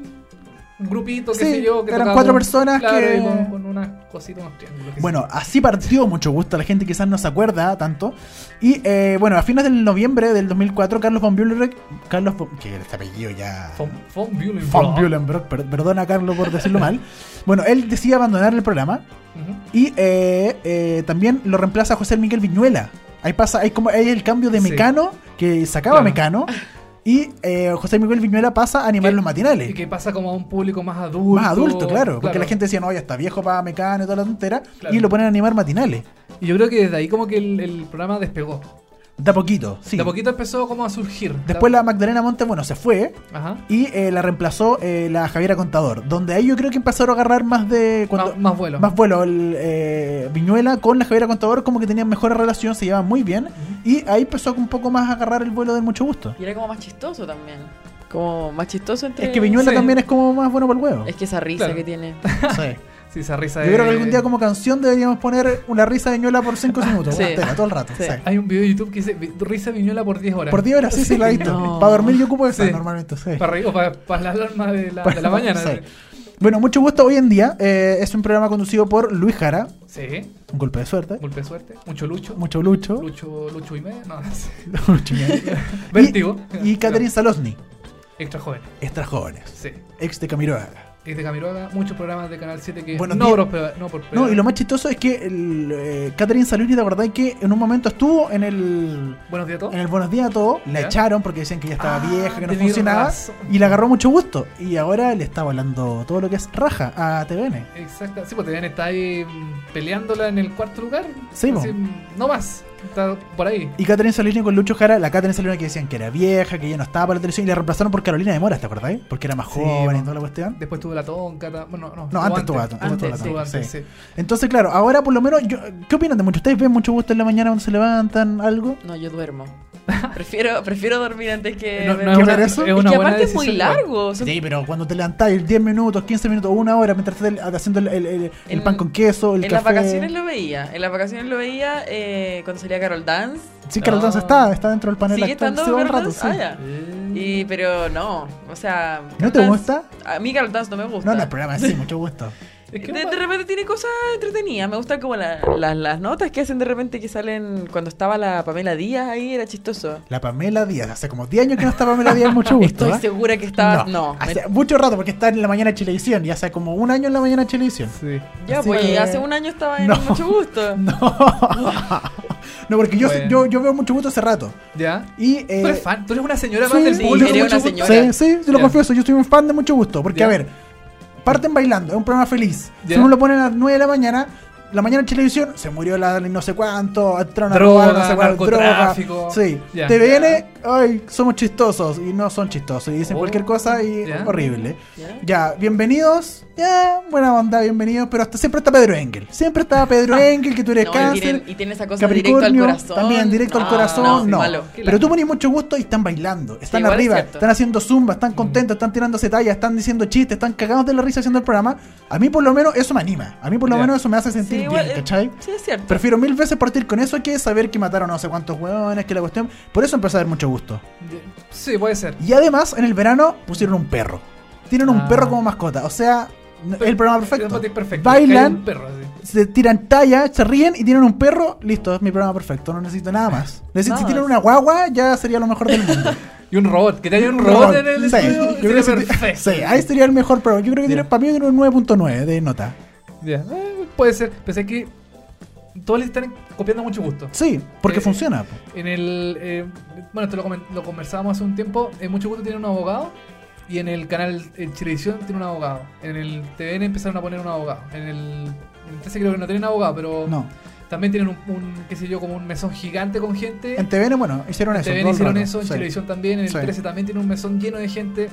[SPEAKER 2] un grupito, qué
[SPEAKER 3] Sí,
[SPEAKER 2] sé yo. Que
[SPEAKER 3] eran
[SPEAKER 2] tocaba
[SPEAKER 3] cuatro
[SPEAKER 2] con-
[SPEAKER 3] personas
[SPEAKER 2] claro,
[SPEAKER 3] que-
[SPEAKER 2] y Con, con unas cositas, unos triángulos. qué sé
[SPEAKER 3] Bueno, así partió mucho gusto, la gente quizás no se acuerda tanto. Y eh, bueno, a fines del noviembre del 2004, Carlos von Bühlenbrock, Carlos von, que este apellido ya...
[SPEAKER 2] yo. Von- Von Bühlenbrock.
[SPEAKER 3] Von Bühlenbrock, per- perdona a Carlos por decirlo mal. Bueno, él decide abandonar el programa
[SPEAKER 2] Ujú.
[SPEAKER 3] y eh, eh, también lo reemplaza José Miguel Viñuela. Ahí pasa, hay como hay el cambio de
[SPEAKER 2] Sí.
[SPEAKER 3] Mecano, que sacaba
[SPEAKER 2] Claro.
[SPEAKER 3] Mecano, y eh, José Miguel Viñuela pasa a animar
[SPEAKER 2] Que-
[SPEAKER 3] los matinales.
[SPEAKER 2] Y que pasa como a un público más adulto.
[SPEAKER 3] Más adulto, claro, porque la gente decía, no, ya está viejo para Mecano y toda la tontera,
[SPEAKER 2] Claro.
[SPEAKER 3] y lo ponen a animar matinales.
[SPEAKER 2] Y yo creo que desde ahí como que el, el programa despegó.
[SPEAKER 3] Da poquito, sí.
[SPEAKER 2] De a poquito empezó como a surgir.
[SPEAKER 3] Después la Magdalena Montes, bueno, se fue
[SPEAKER 2] Ajá.
[SPEAKER 3] y eh, la reemplazó eh, la Javiera Contador, donde ahí yo creo que empezaron a agarrar más de... cuando-
[SPEAKER 2] Más- más vuelo.
[SPEAKER 3] Más vuelo. El, eh, Viñuela con la Javiera Contador como que tenían mejor relación, se llevaban muy bien y ahí empezó un poco más a agarrar el vuelo del mucho gusto.
[SPEAKER 5] Y era como más chistoso también. Como más chistoso entre.
[SPEAKER 3] Es que Viñuela
[SPEAKER 2] Sí.
[SPEAKER 3] también es como más bueno para el huevo.
[SPEAKER 5] Es que esa risa
[SPEAKER 2] Claro.
[SPEAKER 5] que tiene.
[SPEAKER 3] Sí.
[SPEAKER 2] Sí, esa risa
[SPEAKER 3] Yo
[SPEAKER 2] de-
[SPEAKER 3] creo que algún día como canción deberíamos poner una risa de Viñuela por 5 minutos,
[SPEAKER 5] Sí.
[SPEAKER 3] entera, todo el rato.
[SPEAKER 5] Sí.
[SPEAKER 3] sí.
[SPEAKER 2] Hay un video de YouTube que dice "Vi- risa viñola por 10 horas.
[SPEAKER 3] Por 10 horas, sí, sí, la he visto.
[SPEAKER 5] No.
[SPEAKER 3] Para dormir yo ocupo esa
[SPEAKER 2] Sí.
[SPEAKER 3] normalmente, sí.
[SPEAKER 2] Para reír o para, para la alarma de la, de la mañana.
[SPEAKER 3] Sí. Bueno, mucho gusto hoy en día. eh, es un programa conducido por Luis Jara.
[SPEAKER 2] Sí.
[SPEAKER 3] Un golpe de suerte.
[SPEAKER 2] Golpe de suerte. Mucho lucho.
[SPEAKER 3] Mucho lucho.
[SPEAKER 2] Lucho, lucho y medio. No, no sé.
[SPEAKER 3] Lucho y medio.
[SPEAKER 2] Vértigo.
[SPEAKER 3] Y, y Catherine Salosny.
[SPEAKER 2] Extra joven.
[SPEAKER 3] Extra jóvenes.
[SPEAKER 2] Sí.
[SPEAKER 3] Ex de Camiroaga.
[SPEAKER 2] Y de Camiroaga, muchos programas de Canal 7 que
[SPEAKER 3] Buenos
[SPEAKER 2] no,
[SPEAKER 3] días.
[SPEAKER 2] prospera- no prospera-
[SPEAKER 3] No, y lo más chistoso es que el, eh, Catherine Salosny, ¿te acordás que en un momento estuvo en el.
[SPEAKER 2] Buenos días a todos.
[SPEAKER 3] En el Buenos Días a todos, la
[SPEAKER 2] ¿Ya?
[SPEAKER 3] echaron porque decían que ya estaba
[SPEAKER 2] Ah,
[SPEAKER 3] vieja, que no
[SPEAKER 2] tenéis
[SPEAKER 3] funcionaba.
[SPEAKER 2] razón.
[SPEAKER 3] Y le agarró mucho gusto. Y ahora le está volando todo lo que es raja a TVN.
[SPEAKER 2] Exacto, sí, pues TVN está ahí mm, peleándola en el cuarto lugar.
[SPEAKER 3] Sí,
[SPEAKER 2] Así,
[SPEAKER 3] po.
[SPEAKER 2] mm, no más, está por ahí.
[SPEAKER 3] Y Catherine Salinas con Lucho Jara, la Catherine Salinas que decían que era vieja, que ya no estaba para la televisión, y la reemplazaron por Carolina de Mora, ¿te acordáis? Porque era más
[SPEAKER 2] Sí,
[SPEAKER 3] joven y
[SPEAKER 2] bueno.
[SPEAKER 3] toda la cuestión.
[SPEAKER 2] Después tuvo la tonca, ta- bueno, no,
[SPEAKER 3] No, antes tuvo la tonca,
[SPEAKER 2] antes,
[SPEAKER 3] antes tuvo
[SPEAKER 2] tuvo
[SPEAKER 3] la tonca,
[SPEAKER 2] antes,
[SPEAKER 3] sí.
[SPEAKER 2] sí.
[SPEAKER 3] Entonces, claro, ahora por lo menos, yo- ¿qué opinan de mucho? ¿Ustedes ven mucho gusto en la mañana cuando se levantan, algo?
[SPEAKER 5] No, yo duermo. Prefiero, prefiero dormir antes Eh, que.
[SPEAKER 2] No,
[SPEAKER 5] ver-
[SPEAKER 2] no es,
[SPEAKER 3] ¿Qué
[SPEAKER 2] una,
[SPEAKER 3] tal eso?
[SPEAKER 2] es
[SPEAKER 5] Es
[SPEAKER 2] una
[SPEAKER 5] que
[SPEAKER 2] buena
[SPEAKER 5] aparte es muy
[SPEAKER 2] decisión, igual.
[SPEAKER 5] largo. son-
[SPEAKER 3] Sí, pero cuando te levantáis 10 minutos, 15 minutos, una hora, mientras estás haciendo el, el- el- el
[SPEAKER 5] En-
[SPEAKER 3] pan con queso, el
[SPEAKER 5] en las
[SPEAKER 3] café.
[SPEAKER 5] vacaciones lo veía. En las vacaciones lo veía eh, cuando salía Carol Dance.
[SPEAKER 3] Sí, Carol Dance está, está dentro del panel
[SPEAKER 5] Sigue
[SPEAKER 3] actual,
[SPEAKER 5] estando
[SPEAKER 3] se va un
[SPEAKER 5] Carol
[SPEAKER 3] rato,
[SPEAKER 5] Dance.
[SPEAKER 3] sí.
[SPEAKER 5] Ah, ya. Y, pero no, o sea.
[SPEAKER 3] ¿No
[SPEAKER 5] Carol
[SPEAKER 3] te
[SPEAKER 5] Dance-
[SPEAKER 3] gusta?
[SPEAKER 5] A mí Carol Dance no me gusta.
[SPEAKER 3] No, no, el programa sí, mucho gusto.
[SPEAKER 2] Es que
[SPEAKER 5] de,
[SPEAKER 2] una-
[SPEAKER 5] de repente tiene cosas entretenidas. Me gustan como la- las- las notas que hacen de repente que salen cuando estaba la Pamela Díaz ahí, era chistoso.
[SPEAKER 3] La Pamela Díaz, hace como 10 años que no está Pamela Díaz, mucho gusto.
[SPEAKER 5] Estoy
[SPEAKER 3] ¿ah?
[SPEAKER 5] segura que estaba. No, me-
[SPEAKER 3] hace mucho rato porque está en la mañana de Chilevisión y hace como un año en la mañana de Chilevisión.
[SPEAKER 2] Sí.
[SPEAKER 5] ya,
[SPEAKER 3] así
[SPEAKER 5] pues
[SPEAKER 3] que-
[SPEAKER 5] hace un año estaba en
[SPEAKER 3] No.
[SPEAKER 5] mucho gusto.
[SPEAKER 3] No, no porque yo,
[SPEAKER 2] Bueno.
[SPEAKER 3] yo, yo veo mucho gusto hace rato.
[SPEAKER 2] ¿Ya?
[SPEAKER 3] Y, eh,
[SPEAKER 2] tú eres fan, tú eres una señora
[SPEAKER 3] sí,
[SPEAKER 2] más del
[SPEAKER 3] sí,
[SPEAKER 2] público.
[SPEAKER 5] eres
[SPEAKER 3] mucho
[SPEAKER 5] una
[SPEAKER 3] gusto. Sí,
[SPEAKER 5] señora.
[SPEAKER 3] sí, te lo
[SPEAKER 2] Ya.
[SPEAKER 3] confieso, yo soy un fan de mucho gusto. Porque,
[SPEAKER 2] Ya.
[SPEAKER 3] a ver, parten bailando, es un programa feliz. Si
[SPEAKER 2] Ya.
[SPEAKER 3] uno lo pone a las 9 de la mañana, la mañana en televisión se murió la no sé cuánto, entraron a
[SPEAKER 2] Droga,
[SPEAKER 3] robar, no sé cuál,
[SPEAKER 2] narcotráfico.
[SPEAKER 3] Sí,
[SPEAKER 2] Ya.
[SPEAKER 3] TVN, ay, somos chistosos y no son chistosos y dicen
[SPEAKER 2] Oh.
[SPEAKER 3] cualquier cosa y
[SPEAKER 2] Ya.
[SPEAKER 3] horrible.
[SPEAKER 5] Ya.
[SPEAKER 3] Ya, bienvenidos. Ya, buena onda, bienvenidos. Pero hasta siempre está Pedro Engel. Siempre está Pedro Engel, que tú eres
[SPEAKER 5] No, y,
[SPEAKER 3] cáncer.
[SPEAKER 5] tienen- y tiene esa cosa directo al
[SPEAKER 3] Capricornio,
[SPEAKER 5] corazón. Ah,
[SPEAKER 3] También, directo al
[SPEAKER 5] No,
[SPEAKER 3] corazón, no.
[SPEAKER 5] malo.
[SPEAKER 3] Pero tú pones mucho gusto y están bailando, están
[SPEAKER 5] igual es
[SPEAKER 3] arriba,
[SPEAKER 5] cierto.
[SPEAKER 3] están haciendo zumba, están contentos, están tirándose tallas, están diciendo chistes, están cagados de la risa haciendo el programa. A mí por lo menos eso me anima, a mí por lo
[SPEAKER 2] Ya.
[SPEAKER 3] menos eso me hace sentir
[SPEAKER 5] Sí,
[SPEAKER 3] bien,
[SPEAKER 5] igual, eh,
[SPEAKER 3] ¿cachai?
[SPEAKER 5] Sí, es cierto.
[SPEAKER 3] Prefiero mil veces partir con eso que saber que mataron no sé cuántos hueones, que la cuestión. Por eso empecé a dar mucho gusto.
[SPEAKER 2] Sí, puede ser.
[SPEAKER 3] Y además, en el verano pusieron un perro. Tienen un
[SPEAKER 2] Ah.
[SPEAKER 3] perro como mascota, o sea, n- el programa perfecto.
[SPEAKER 2] Es perfecto. Que haya
[SPEAKER 3] Bailan,
[SPEAKER 2] un perro, así.
[SPEAKER 3] se tiran talla, se ríen y tienen un perro, listo, es mi programa perfecto, no necesito nada más. Necesito,
[SPEAKER 5] Nada
[SPEAKER 3] si tienen
[SPEAKER 5] más.
[SPEAKER 3] una guagua, ya sería lo mejor del mundo.
[SPEAKER 2] Y un robot, que te haya un robot, en el
[SPEAKER 3] Sí,
[SPEAKER 2] estudio,
[SPEAKER 3] yo creo
[SPEAKER 2] sería
[SPEAKER 3] que sería-
[SPEAKER 2] perfecto.
[SPEAKER 3] sí, ahí sería el mejor programa. Yo creo que tiene-
[SPEAKER 2] Ya.
[SPEAKER 3] para mí tiene un 9.9 de nota.
[SPEAKER 2] Ya, eh, puede ser. Pensé que todos le están copiando mucho gusto.
[SPEAKER 3] Sí, porque
[SPEAKER 2] Eh,
[SPEAKER 3] funciona. po.
[SPEAKER 2] En el. eh, bueno, esto lo, comen- lo conversábamos hace un tiempo. En Mucho Gusto tiene un abogado. Y en el canal en Chilevisión tiene un abogado. En el TVN empezaron a poner un abogado. En el. En el 13 creo que no tienen abogado, pero.
[SPEAKER 3] No.
[SPEAKER 2] También tienen un, un, qué sé yo, como un mesón gigante con gente.
[SPEAKER 3] En TVN, bueno, hicieron eso.
[SPEAKER 2] TVN
[SPEAKER 3] todo el
[SPEAKER 2] hicieron
[SPEAKER 3] rato,
[SPEAKER 2] eso, en
[SPEAKER 3] sí.
[SPEAKER 2] televisión también, en el
[SPEAKER 3] Sí.
[SPEAKER 2] 13 también tiene un mesón lleno de gente. Eh,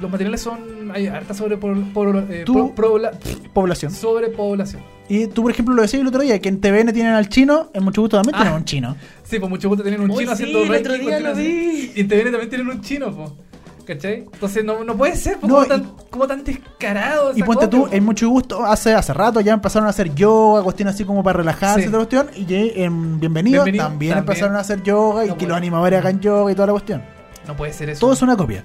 [SPEAKER 2] Los materiales son. Hay harta sobre, por, por- eh,
[SPEAKER 3] Tú-
[SPEAKER 2] pro- probla-
[SPEAKER 3] Población.
[SPEAKER 2] sobrepoblación.
[SPEAKER 3] Y tú, por ejemplo, lo decías el otro día, que en TVN tienen al chino, en mucho gusto también
[SPEAKER 2] Ah.
[SPEAKER 3] tienen a un chino.
[SPEAKER 2] Sí, pues mucho gusto tienen un
[SPEAKER 5] Uy,
[SPEAKER 2] chino
[SPEAKER 5] sí,
[SPEAKER 2] haciendo
[SPEAKER 5] el otro
[SPEAKER 2] ranking,
[SPEAKER 5] día lo
[SPEAKER 2] cuestiones
[SPEAKER 5] vi.
[SPEAKER 2] así. Y en TVN también tienen un chino, po. ¿Cachai? Entonces no, no puede ser, po,
[SPEAKER 3] No,
[SPEAKER 2] como,
[SPEAKER 3] y-
[SPEAKER 2] tan, como tan descarado.
[SPEAKER 3] Y
[SPEAKER 2] esa
[SPEAKER 3] ponte tú,
[SPEAKER 2] copia,
[SPEAKER 3] en
[SPEAKER 2] po.
[SPEAKER 3] mucho gusto, hace, hace rato ya empezaron a hacer yoga, cuestiones así como para relajarse,
[SPEAKER 2] Sí.
[SPEAKER 3] otra cuestión. Y eh, en Bienvenido,
[SPEAKER 2] Bienvenido,
[SPEAKER 3] también,
[SPEAKER 2] también.
[SPEAKER 3] empezaron a hacer yoga y
[SPEAKER 2] No
[SPEAKER 3] que
[SPEAKER 2] puede.
[SPEAKER 3] los animadores hagan yoga y toda la cuestión.
[SPEAKER 2] No puede ser eso.
[SPEAKER 3] Todo es una copia.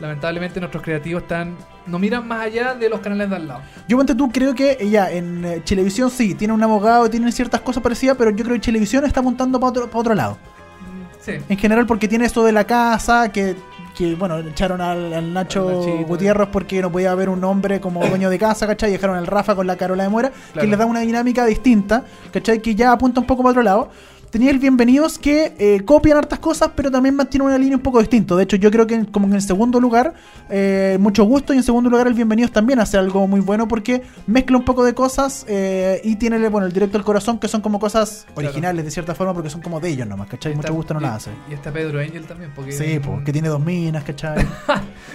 [SPEAKER 2] Lamentablemente nuestros creativos están. No miran más allá de los canales de al lado.
[SPEAKER 3] Yo ponte tú, creo que eh, ya en eh, televisión sí, tiene un abogado, tienen ciertas cosas parecidas, pero yo creo que televisión está apuntando para otro, pa' otro lado.
[SPEAKER 2] Mm, Sí.
[SPEAKER 3] En general porque tiene esto de la casa, que, que, bueno, echaron al, al Nacho
[SPEAKER 2] Al Nachito.
[SPEAKER 3] Gutiérrez porque no podía haber un hombre como dueño de casa, ¿cachai? Y dejaron al Rafa con la Carola de Mora, que
[SPEAKER 2] Claro.
[SPEAKER 3] les da una dinámica distinta, ¿cachai? Que ya apunta un poco para otro lado. Tenía el Bienvenidos que eh, copian hartas cosas, pero también mantiene una línea un poco distinta. De hecho, yo creo que en- como en el segundo lugar, eh, mucho gusto, y en segundo lugar el Bienvenidos también hace algo muy bueno porque mezcla un poco de cosas eh, y tiene bueno, el directo al corazón, que son como cosas
[SPEAKER 2] Claro.
[SPEAKER 3] originales de cierta forma porque son como de ellos nomás, ¿cachai?
[SPEAKER 2] Está-
[SPEAKER 3] Mucho gusto no
[SPEAKER 2] y-
[SPEAKER 3] la hace.
[SPEAKER 2] Y está Pedro Angel también, porque. mm,
[SPEAKER 3] Sí, po, que tiene dos minas, ¿cachai?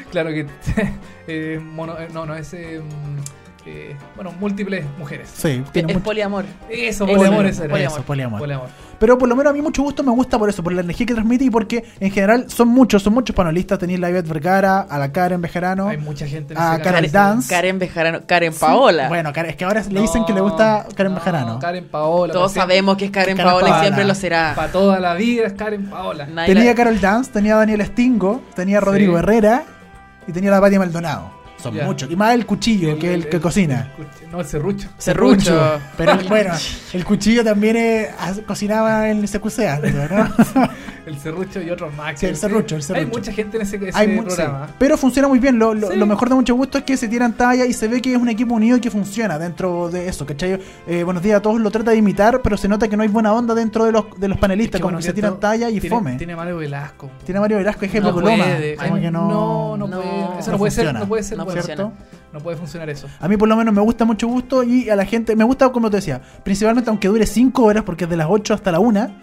[SPEAKER 2] Claro que. eh, mono- eh, no, no, es. eh, mm, eh, bueno, múltiples mujeres.
[SPEAKER 3] Sí, tiene
[SPEAKER 5] Es
[SPEAKER 3] mucho.
[SPEAKER 5] poliamor.
[SPEAKER 2] Eso,
[SPEAKER 5] Es
[SPEAKER 2] poliamor,
[SPEAKER 5] poliamor,
[SPEAKER 2] ese era.
[SPEAKER 3] Eso, poliamor.
[SPEAKER 2] Poliamor.
[SPEAKER 3] Pero por lo menos a mí mucho gusto me gusta por eso, por la energía que transmite y porque en general son muchos, son muchos panelistas. Tenéis la Ivette Vergara, a la Karen Bejarano.
[SPEAKER 2] Hay mucha gente en
[SPEAKER 3] Ah,
[SPEAKER 2] ese
[SPEAKER 3] Karen
[SPEAKER 2] canal.
[SPEAKER 3] Dance.
[SPEAKER 5] Karen Bejarano. Karen Paola.
[SPEAKER 3] Bueno, Karen- es que ahora le
[SPEAKER 2] No,
[SPEAKER 3] dicen que le gusta Karen
[SPEAKER 2] no,
[SPEAKER 3] Bejarano.
[SPEAKER 2] Karen Paola.
[SPEAKER 5] Todos sabemos que es Karen,
[SPEAKER 3] Karen
[SPEAKER 5] Paola,
[SPEAKER 3] Paola.
[SPEAKER 5] y siempre lo será.
[SPEAKER 2] Para toda la vida es Karen Paola.
[SPEAKER 5] Nadie
[SPEAKER 3] Tenía
[SPEAKER 5] la-
[SPEAKER 3] Carol Dance, tenía a Daniel Stingo, tenía a Rodrigo
[SPEAKER 2] Sí.
[SPEAKER 3] Herrera y tenía a la Patia Maldonado. Son
[SPEAKER 2] Ya.
[SPEAKER 3] muchos. Y más el cuchillo, que es el, que cocina.
[SPEAKER 2] el- no, el serrucho.
[SPEAKER 5] Serrucho.
[SPEAKER 3] Serrucho. Pero bueno, el cuchillo también eh, hace- cocinaba en el CQC antes, ¿no?
[SPEAKER 2] El serrucho y otros más.
[SPEAKER 3] Sí, el serrucho, el
[SPEAKER 2] Hay
[SPEAKER 3] serrucho.
[SPEAKER 2] mucha gente en ese, ese
[SPEAKER 3] Hay mucho,
[SPEAKER 2] programa.
[SPEAKER 3] pero funciona muy bien. Lo, lo-
[SPEAKER 2] Sí.
[SPEAKER 3] lo mejor de mucho gusto es que se tiran talla y se ve que es un equipo unido y que funciona dentro de eso, ¿cachai? Eh, buenos días a todos, lo trata de imitar, pero se nota que no hay buena onda dentro de los, de los
[SPEAKER 2] Es
[SPEAKER 3] panelistas, como
[SPEAKER 2] bueno,
[SPEAKER 3] que se
[SPEAKER 2] tiene
[SPEAKER 3] tiran
[SPEAKER 2] todo-
[SPEAKER 3] talla y
[SPEAKER 2] tiene-
[SPEAKER 3] fome. Tiene,
[SPEAKER 2] Tiene a Mario Velasco.
[SPEAKER 3] a Mario Velasco, ejemplo,
[SPEAKER 2] no
[SPEAKER 3] Coloma.
[SPEAKER 2] puede.
[SPEAKER 3] Como
[SPEAKER 2] Ay,
[SPEAKER 3] que no,
[SPEAKER 2] no, no
[SPEAKER 5] no,
[SPEAKER 2] puede. Eso no,
[SPEAKER 3] no
[SPEAKER 2] puede ser.
[SPEAKER 3] funciona.
[SPEAKER 2] No puede ser.
[SPEAKER 5] No
[SPEAKER 2] bueno,
[SPEAKER 5] funciona.
[SPEAKER 2] No puede funcionar eso.
[SPEAKER 3] A mí por lo menos me gusta mucho gusto y a la gente, me gusta como te decía, principalmente aunque dure 5 horas, porque es de las 8 hasta la 1,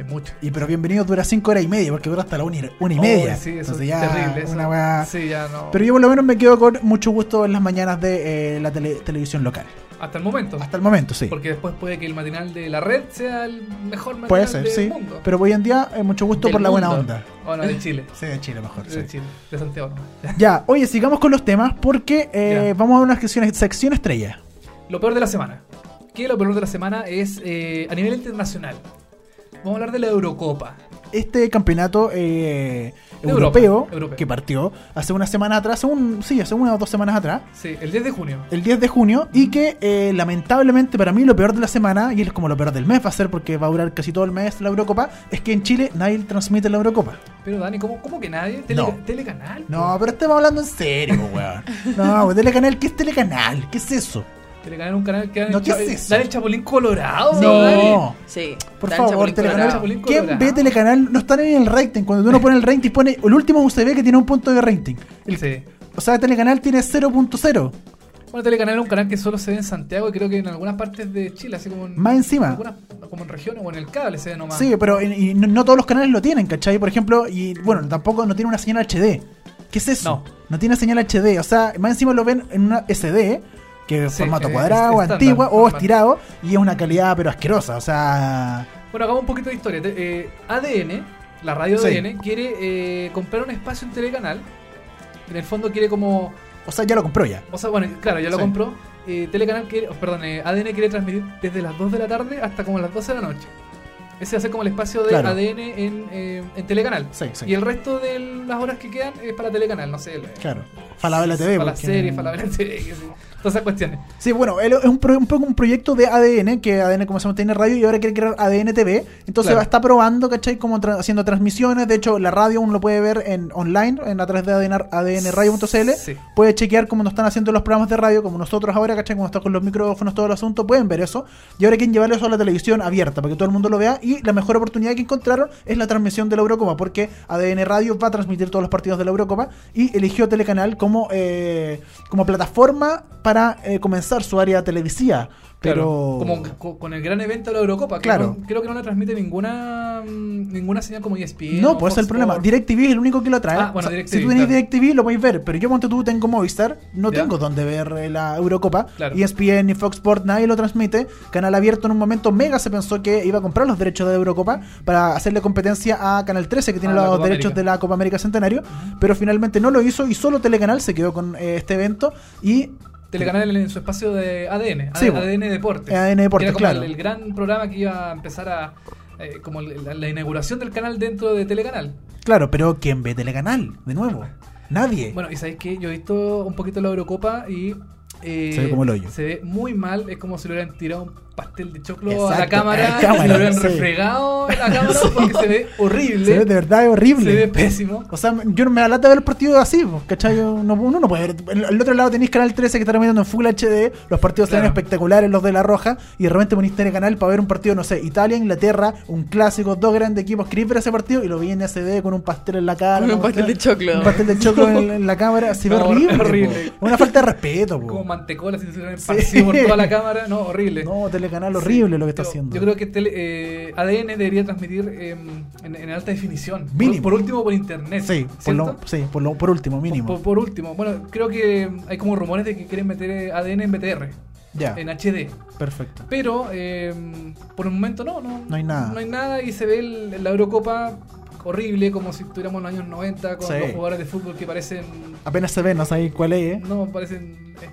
[SPEAKER 2] Es mucho.
[SPEAKER 3] y pero bienvenido dura 5 horas y media, porque dura hasta la 1 y, una y
[SPEAKER 2] Oh,
[SPEAKER 3] media.
[SPEAKER 2] sí, eso
[SPEAKER 3] Entonces
[SPEAKER 2] es
[SPEAKER 3] ya,
[SPEAKER 2] terrible. eso.
[SPEAKER 3] una weá-
[SPEAKER 2] Sí, ya no.
[SPEAKER 3] Pero yo por lo menos me quedo con mucho gusto en las mañanas de eh, la tele- televisión local.
[SPEAKER 2] Hasta el momento.
[SPEAKER 3] Hasta el momento, sí.
[SPEAKER 2] Porque después puede que el matinal de la red sea el mejor matinal
[SPEAKER 3] Puede ser,
[SPEAKER 2] del
[SPEAKER 3] sí.
[SPEAKER 2] mundo.
[SPEAKER 3] Pero hoy en día, eh, mucho gusto
[SPEAKER 5] Del
[SPEAKER 3] por la buena
[SPEAKER 5] mundo.
[SPEAKER 3] onda.
[SPEAKER 2] O no, de Chile.
[SPEAKER 3] Sí, de Chile mejor.
[SPEAKER 2] De Chile. De Santiago. ¿no?
[SPEAKER 3] Ya, oye, sigamos con los temas porque eh,
[SPEAKER 2] Ya.
[SPEAKER 3] vamos a una sección, sección estrella.
[SPEAKER 2] Lo peor de la semana. ¿Qué lo peor de la semana es eh, a nivel internacional? Vamos a hablar de la Eurocopa.
[SPEAKER 3] Este campeonato eh,
[SPEAKER 2] De Europa,
[SPEAKER 3] europeo
[SPEAKER 2] europeo.
[SPEAKER 3] que partió hace una semana atrás, hace un, sí, hace una o dos semanas atrás,
[SPEAKER 2] Sí, el 10 de junio.
[SPEAKER 3] el 10 de junio, y que eh, lamentablemente para mí lo peor de la semana, y es como lo peor del mes va a ser porque va a durar casi todo el mes la Eurocopa, es que en Chile nadie transmite la Eurocopa.
[SPEAKER 2] Pero Dani, ¿cómo, cómo que nadie? Tele-
[SPEAKER 3] No.
[SPEAKER 2] Telecanal.
[SPEAKER 3] No, pero estamos hablando en serio, weón. No, weón, telecanal, ¿qué es telecanal? ¿Qué es eso?
[SPEAKER 2] Telecanal es un canal que dan,
[SPEAKER 3] No,
[SPEAKER 2] el,
[SPEAKER 3] ¿qué
[SPEAKER 2] cha-
[SPEAKER 3] es eso?
[SPEAKER 2] dan el Chapulín Colorado.
[SPEAKER 5] Sí,
[SPEAKER 2] Dani.
[SPEAKER 3] No.
[SPEAKER 5] Sí.
[SPEAKER 3] Por
[SPEAKER 5] Dancha
[SPEAKER 3] favor,
[SPEAKER 5] Polín Colorado.
[SPEAKER 3] telecanal.
[SPEAKER 2] Chapulín
[SPEAKER 3] ¿Quién
[SPEAKER 2] Colorado.
[SPEAKER 3] ve telecanal? No están en el rating. Cuando uno pone el rating, pone el último UCB que tiene un punto de rating.
[SPEAKER 2] Sí.
[SPEAKER 3] O sea, telecanal tiene 0.0.
[SPEAKER 2] Bueno, Telecanal es un canal que solo se ve en Santiago y creo que en algunas partes de Chile, así como en,
[SPEAKER 3] Más encima.
[SPEAKER 2] algunas- como en regiones o en el cable se ve nomás.
[SPEAKER 3] Sí, pero en- y no, no todos los canales lo tienen, ¿cachai? Por ejemplo, y bueno, tampoco no tiene una señal HD. ¿Qué es eso?
[SPEAKER 2] No.
[SPEAKER 3] No, tiene señal HD. O sea, más encima lo ven en una SD, que es
[SPEAKER 2] Sí,
[SPEAKER 3] formato
[SPEAKER 2] eh,
[SPEAKER 3] cuadrado,
[SPEAKER 2] estándar,
[SPEAKER 3] antigua o
[SPEAKER 2] normal.
[SPEAKER 3] estirado, y es una calidad pero asquerosa. O sea,
[SPEAKER 2] Bueno, hagamos un poquito de historia. Te- eh, ADN, la radio
[SPEAKER 3] Sí.
[SPEAKER 2] ADN, quiere eh, comprar un espacio en Telecanal. En el fondo quiere como...
[SPEAKER 3] o sea, ya lo compró ya.
[SPEAKER 2] O sea, bueno, claro, ya lo
[SPEAKER 3] Sí.
[SPEAKER 2] compró. Eh, Telecanal quiere... oh, Perdón, eh, ADN quiere transmitir desde las 2 de la tarde hasta como las 12 de la noche. Ese va a ser como el espacio de
[SPEAKER 3] Claro.
[SPEAKER 2] ADN en, eh, en Telecanal.
[SPEAKER 3] Sí, sí.
[SPEAKER 2] Y el resto de las horas que quedan es para Telecanal, no sé. el-
[SPEAKER 3] Claro. Falabella TV.
[SPEAKER 2] Para la
[SPEAKER 3] porque-
[SPEAKER 2] serie, para la TV, que sí. todas esas cuestiones.
[SPEAKER 3] Sí, bueno, él es un, pro- un poco un proyecto de ADN, que ADN como se llama, tiene radio y ahora quiere crear ADN TV. Entonces
[SPEAKER 2] Claro.
[SPEAKER 3] va- está probando, ¿cachai? Como tra- haciendo transmisiones. De hecho, la radio uno lo puede ver en online, en a través de ADN, adnradio.cl.
[SPEAKER 2] Sí.
[SPEAKER 3] Puede chequear cómo nos están haciendo los programas de radio, como nosotros ahora, ¿cachai? Como está con los micrófonos, todo el asunto, pueden ver eso. Y ahora quieren llevarlo eso a la televisión abierta para que todo el mundo lo vea. Y la mejor oportunidad que encontraron es la transmisión de la Eurocopa, porque ADN Radio va a transmitir todos los partidos de la Eurocopa y eligió Telecanal como, eh, como plataforma para eh, comenzar su área televisiva.
[SPEAKER 2] Claro,
[SPEAKER 3] Pero.
[SPEAKER 2] como co- con el gran evento de la Eurocopa, que
[SPEAKER 3] Claro.
[SPEAKER 2] no- creo que no le transmite ninguna mm, ninguna señal como ESPN.
[SPEAKER 3] No,
[SPEAKER 2] o
[SPEAKER 3] pues es el
[SPEAKER 2] Fox
[SPEAKER 3] problema.
[SPEAKER 2] Sports.
[SPEAKER 3] DirecTV es el único que lo trae.
[SPEAKER 2] Ah, bueno, DirecTV,
[SPEAKER 3] si tú tenés
[SPEAKER 2] claro.
[SPEAKER 3] DirecTV lo podéis ver, pero yo ponte tú tengo Movistar, no
[SPEAKER 2] Ya.
[SPEAKER 3] tengo donde ver eh, la Eurocopa. E
[SPEAKER 2] Claro.
[SPEAKER 3] Y ESPN y Fox Sport nadie lo transmite. Canal Abierto en un momento Mega se pensó que iba a comprar los derechos de la Eurocopa para hacerle competencia a Canal 13 que tiene
[SPEAKER 2] Ah, la
[SPEAKER 3] los
[SPEAKER 2] Copa
[SPEAKER 3] derechos
[SPEAKER 2] América.
[SPEAKER 3] de la Copa América Centenario, pero finalmente no lo hizo y solo Telecanal se quedó con eh, este evento y
[SPEAKER 2] Telecanal en, en su espacio de ADN,
[SPEAKER 3] Sí,
[SPEAKER 2] ADN, Deportes.
[SPEAKER 3] ADN
[SPEAKER 2] Que
[SPEAKER 3] Deportes,
[SPEAKER 2] era como
[SPEAKER 3] claro.
[SPEAKER 2] El, el gran programa que iba a empezar a. eh, como la, la inauguración del canal dentro de Telecanal.
[SPEAKER 3] claro, pero ¿quién ve Telecanal? De nuevo, nadie.
[SPEAKER 2] Bueno, y sabéis que yo he visto un poquito la Eurocopa y. eh,
[SPEAKER 3] Se ve como el hoyo.
[SPEAKER 2] Se ve muy mal, es como si le hubieran tirado un pastel de choclo a la
[SPEAKER 3] Exacto,
[SPEAKER 2] cámara,
[SPEAKER 3] a la cámara,
[SPEAKER 2] y lo hubieran
[SPEAKER 3] sí.
[SPEAKER 2] refregado en la cámara porque se ve horrible.
[SPEAKER 3] se ve de verdad horrible.
[SPEAKER 2] se ve pésimo.
[SPEAKER 3] O sea, yo no me da lata ver el partido así, po, ¿cachai? Yo no- uno no puede ver. El, el otro lado tenéis Canal 13 que está transmitiendo en Full HD, los partidos
[SPEAKER 2] Claro.
[SPEAKER 3] salen espectaculares, los de La Roja, y de repente ponís Canal para ver un partido, no sé, Italia, Inglaterra, un clásico, dos grandes equipos, queréis ver ese partido y lo vi en SD con un pastel en la cara.
[SPEAKER 5] Con un
[SPEAKER 3] una
[SPEAKER 5] pastel
[SPEAKER 3] cuestión,
[SPEAKER 5] de choclo.
[SPEAKER 3] Un pastel de choclo en, en la cámara, se ve
[SPEAKER 2] No,
[SPEAKER 3] horrible.
[SPEAKER 2] horrible.
[SPEAKER 3] po. Una falta de respeto, po.
[SPEAKER 2] Como mantecola, sin ser
[SPEAKER 3] Oh. Sí.
[SPEAKER 2] esparcido por toda la cámara. No, horrible.
[SPEAKER 3] No, Telecanal, horrible lo que está
[SPEAKER 2] Yo-
[SPEAKER 3] haciendo.
[SPEAKER 2] Yo creo que tele- eh, ADN debería transmitir eh, en, en alta definición. Por-
[SPEAKER 3] Mínimo.
[SPEAKER 2] Por, último, por internet.
[SPEAKER 3] Sí, por,
[SPEAKER 2] ¿cierto?
[SPEAKER 3] lo, sí por, lo- por último, mínimo.
[SPEAKER 2] Por, por último. Bueno, creo que hay como rumores de que quieren meter eh, ADN en BTR,
[SPEAKER 3] ya,
[SPEAKER 2] en HD.
[SPEAKER 3] perfecto.
[SPEAKER 2] Pero eh, por el momento no, no.
[SPEAKER 3] No hay nada.
[SPEAKER 2] No hay nada y se ve el- la Eurocopa horrible, como si estuviéramos en los años 90 con
[SPEAKER 3] Sí.
[SPEAKER 2] los jugadores de fútbol que parecen
[SPEAKER 3] Apenas se ve, no sabéis cuál es, ¿eh?
[SPEAKER 2] no, parecen eh,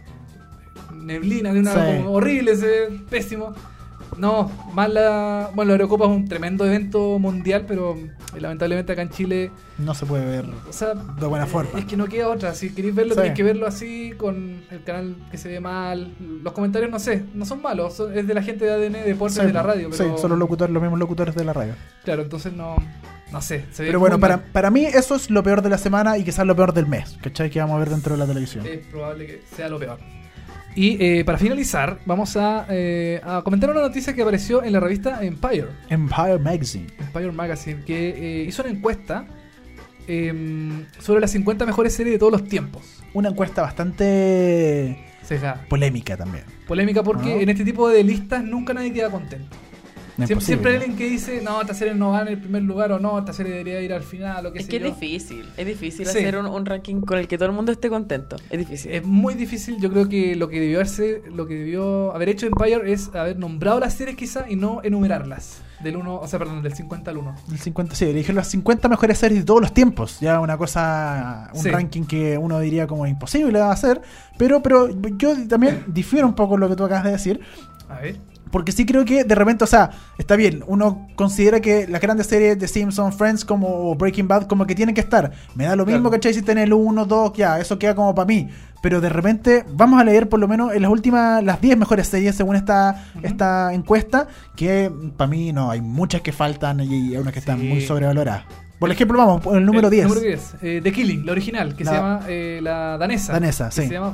[SPEAKER 2] neblina, de una
[SPEAKER 3] Sí.
[SPEAKER 2] como horrible, se ve pésimo. No, más la. Bueno, la Eurocopa es un tremendo evento mundial, pero eh, lamentablemente acá en Chile.
[SPEAKER 3] No se puede ver.
[SPEAKER 2] O sea,
[SPEAKER 3] De buena forma.
[SPEAKER 2] es que no queda otra. Si queréis verlo,
[SPEAKER 3] Sí.
[SPEAKER 2] tenéis que verlo así, con el canal que se ve mal. Los comentarios, no sé, no son malos. son- es de la gente de ADN Deportes
[SPEAKER 3] Sí,
[SPEAKER 2] de la radio, pero.
[SPEAKER 3] Sí, son los locutores, los mismos locutores de la radio.
[SPEAKER 2] Claro, entonces no. No sé. se ve
[SPEAKER 3] Pero bueno,
[SPEAKER 2] muy
[SPEAKER 3] para,
[SPEAKER 2] mal.
[SPEAKER 3] para mí eso es lo peor de la semana y quizás lo peor del mes, ¿cachai? Que vamos a ver dentro de la televisión.
[SPEAKER 2] es probable que sea lo peor. Y eh, para finalizar, vamos a, eh, a comentar una noticia que apareció en la revista Empire,
[SPEAKER 3] Empire Magazine.
[SPEAKER 2] Empire Magazine, que eh, hizo una encuesta em, sobre las 50 mejores series de todos los tiempos.
[SPEAKER 3] Una encuesta bastante
[SPEAKER 2] Sesgada.
[SPEAKER 3] polémica también.
[SPEAKER 2] Polémica porque
[SPEAKER 3] Ah.
[SPEAKER 2] en este tipo de listas nunca nadie queda contento.
[SPEAKER 3] No es
[SPEAKER 2] Siempre, siempre hay
[SPEAKER 3] posible.
[SPEAKER 2] alguien que dice, no, esta serie no va en el primer lugar o no, esta serie debería ir al final o qué
[SPEAKER 5] Es
[SPEAKER 2] sé
[SPEAKER 5] que es
[SPEAKER 2] yo".
[SPEAKER 5] difícil, es difícil
[SPEAKER 2] Sí.
[SPEAKER 5] hacer un, un ranking con el que todo el mundo esté contento. Es
[SPEAKER 3] Eh,
[SPEAKER 5] difícil.
[SPEAKER 2] Es muy difícil, yo creo que lo que debió haberse, lo que debió haber hecho Empire es haber nombrado las series quizá y no enumerarlas. Del 1, o sea, perdón, del 50 al 1.
[SPEAKER 3] El 50, sí, elige las 50 mejores series de todos los tiempos. Ya una cosa, un
[SPEAKER 2] Sí.
[SPEAKER 3] ranking que uno diría como imposible de hacer. Pero, pero yo también difiero un poco lo que tú acabas de decir.
[SPEAKER 2] A ver.
[SPEAKER 3] Porque sí creo que de repente, o sea, está bien, uno considera que las grandes series de Simpsons, Friends como o Breaking Bad como que tienen que estar. Me da lo mismo,
[SPEAKER 2] Claro.
[SPEAKER 3] ¿cachai? Si está en el 1, 2, ya, eso queda como para mí. Pero de repente vamos a leer por lo menos en las últimas, las 10 mejores series según esta, esta encuesta, que para mí no, hay muchas que faltan y hay unas que están
[SPEAKER 2] Sí.
[SPEAKER 3] muy sobrevaloradas. Por ejemplo, vamos, por el número
[SPEAKER 2] El
[SPEAKER 3] 10.
[SPEAKER 2] Número 10. eh, The Killing, la original, que
[SPEAKER 3] La-
[SPEAKER 2] se llama eh, la danesa.
[SPEAKER 3] Danesa,
[SPEAKER 2] que
[SPEAKER 3] sí.
[SPEAKER 2] Se llama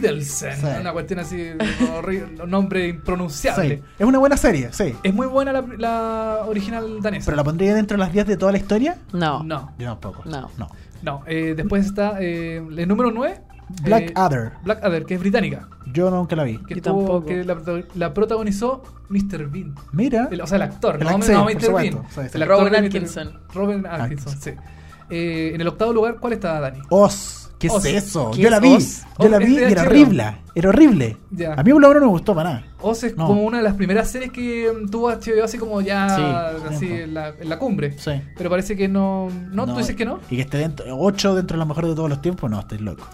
[SPEAKER 2] Forbriddelsen.
[SPEAKER 3] Sí.
[SPEAKER 2] Una cuestión así, horrible, un nombre impronunciable.
[SPEAKER 3] Sí, Es una buena serie, sí.
[SPEAKER 2] Es muy buena la, la original danesa.
[SPEAKER 3] ¿Pero la pondría dentro de las 10 de toda la historia?
[SPEAKER 5] No.
[SPEAKER 2] No,
[SPEAKER 3] Yo tampoco.
[SPEAKER 5] No.
[SPEAKER 3] no.
[SPEAKER 2] no. eh, después está eh, el número 9.
[SPEAKER 3] Blackadder.
[SPEAKER 2] Blackadder, que es británica.
[SPEAKER 3] Yo nunca la vi.
[SPEAKER 2] Que,
[SPEAKER 5] Yo
[SPEAKER 2] estuvo-
[SPEAKER 5] tampoco.
[SPEAKER 2] que la, prota- la protagonizó Mr. Bean.
[SPEAKER 3] Mira.
[SPEAKER 2] El- o sea, el actor,
[SPEAKER 3] El
[SPEAKER 2] no,
[SPEAKER 3] actor,
[SPEAKER 2] no,
[SPEAKER 3] por
[SPEAKER 2] Mr.
[SPEAKER 3] supuesto,
[SPEAKER 2] Bean.
[SPEAKER 3] sí, sí.
[SPEAKER 2] El actor
[SPEAKER 5] Robin
[SPEAKER 2] de Mr.
[SPEAKER 5] Atkinson.
[SPEAKER 2] Robin Atkinson, sí. Eh, en el octavo lugar, ¿cuál está Dani?
[SPEAKER 3] Oz. ¿Qué
[SPEAKER 2] Oz.
[SPEAKER 3] es eso?
[SPEAKER 5] ¿Qué
[SPEAKER 3] Yo
[SPEAKER 5] es
[SPEAKER 3] la vi.
[SPEAKER 5] Oz?
[SPEAKER 3] Yo la
[SPEAKER 2] Oz es
[SPEAKER 3] vi y
[SPEAKER 2] de
[SPEAKER 3] era
[SPEAKER 2] HBO.
[SPEAKER 3] horrible. Era horrible.
[SPEAKER 2] Ya.
[SPEAKER 3] A mí por lo menos no me gustó para nada.
[SPEAKER 2] Oz es
[SPEAKER 3] No.
[SPEAKER 2] como una de las primeras series que mm, tuvo HBO así como ya
[SPEAKER 3] Sí,
[SPEAKER 2] así
[SPEAKER 3] tiempo.
[SPEAKER 2] en la, en la cumbre.
[SPEAKER 3] Sí.
[SPEAKER 2] Pero parece que no... ¿No? ¿Tú dices que no?
[SPEAKER 3] Y que esté dentro, 8 dentro de lo mejor de todos los tiempos, no, estáis loco.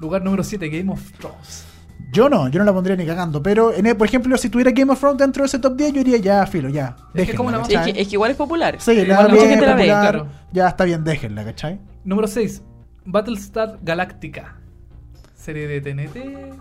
[SPEAKER 2] Lugar número 7, Game of Thrones.
[SPEAKER 3] Yo no, yo no la pondría ni cagando. Pero, en el- por ejemplo, si tuviera Game of Thrones dentro de ese top 10, yo diría ya, filo, ya.
[SPEAKER 2] que es como
[SPEAKER 3] déjenla,
[SPEAKER 2] la más-
[SPEAKER 5] Es
[SPEAKER 3] ¿cachai?
[SPEAKER 5] que, es que igual es popular.
[SPEAKER 3] Sí,
[SPEAKER 2] igual
[SPEAKER 3] la
[SPEAKER 2] la
[SPEAKER 3] verdad
[SPEAKER 5] mucha
[SPEAKER 3] es
[SPEAKER 5] gente la ve,
[SPEAKER 3] popular,
[SPEAKER 2] claro.
[SPEAKER 3] Ya está bien, déjenla, ¿cachai?
[SPEAKER 2] Número 6. Battlestar Galactica. Serie de TNT.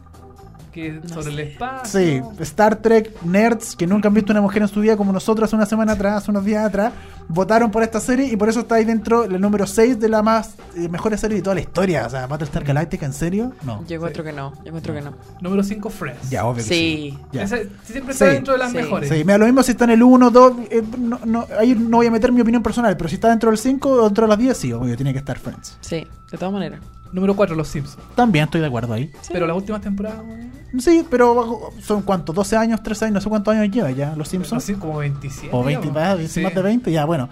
[SPEAKER 2] Que es sobre el espacio.
[SPEAKER 3] Sí, Star Trek, nerds que nunca han visto una mujer en su vida como nosotros hace una semana atrás, hace unos días atrás, votaron por esta serie y por eso está ahí dentro la número 6 de las más eh, mejores series de toda la historia. O sea, Battlestar Galactica, ¿en serio? No.
[SPEAKER 5] Yo encuentro que no, yo encuentro que no.
[SPEAKER 2] Número 5, Friends.
[SPEAKER 3] Ya, obvio que sí.
[SPEAKER 5] Sí.
[SPEAKER 3] Ya.
[SPEAKER 2] Esa siempre está
[SPEAKER 3] Sí,
[SPEAKER 2] dentro de las
[SPEAKER 5] sí,
[SPEAKER 2] mejores.
[SPEAKER 3] Sí, mira, lo mismo si está en el 1, 2, eh, no, no, ahí no voy a meter mi opinión personal, pero si está dentro del 5 o dentro de las 10, sí, obvio, tiene que estar Friends.
[SPEAKER 5] Sí, de todas maneras.
[SPEAKER 2] Número 4, Los Simpsons.
[SPEAKER 3] También estoy de acuerdo ahí.
[SPEAKER 2] Pero las últimas temporadas, güey,
[SPEAKER 3] Sí, pero son cuántos, 12 años, 13 años, no sé cuántos años lleva ya los
[SPEAKER 2] no
[SPEAKER 3] Simpsons.
[SPEAKER 2] sé, como 27.
[SPEAKER 3] O 20,
[SPEAKER 2] digamos.
[SPEAKER 3] más,
[SPEAKER 2] Sí.
[SPEAKER 3] más de 20, ya, bueno.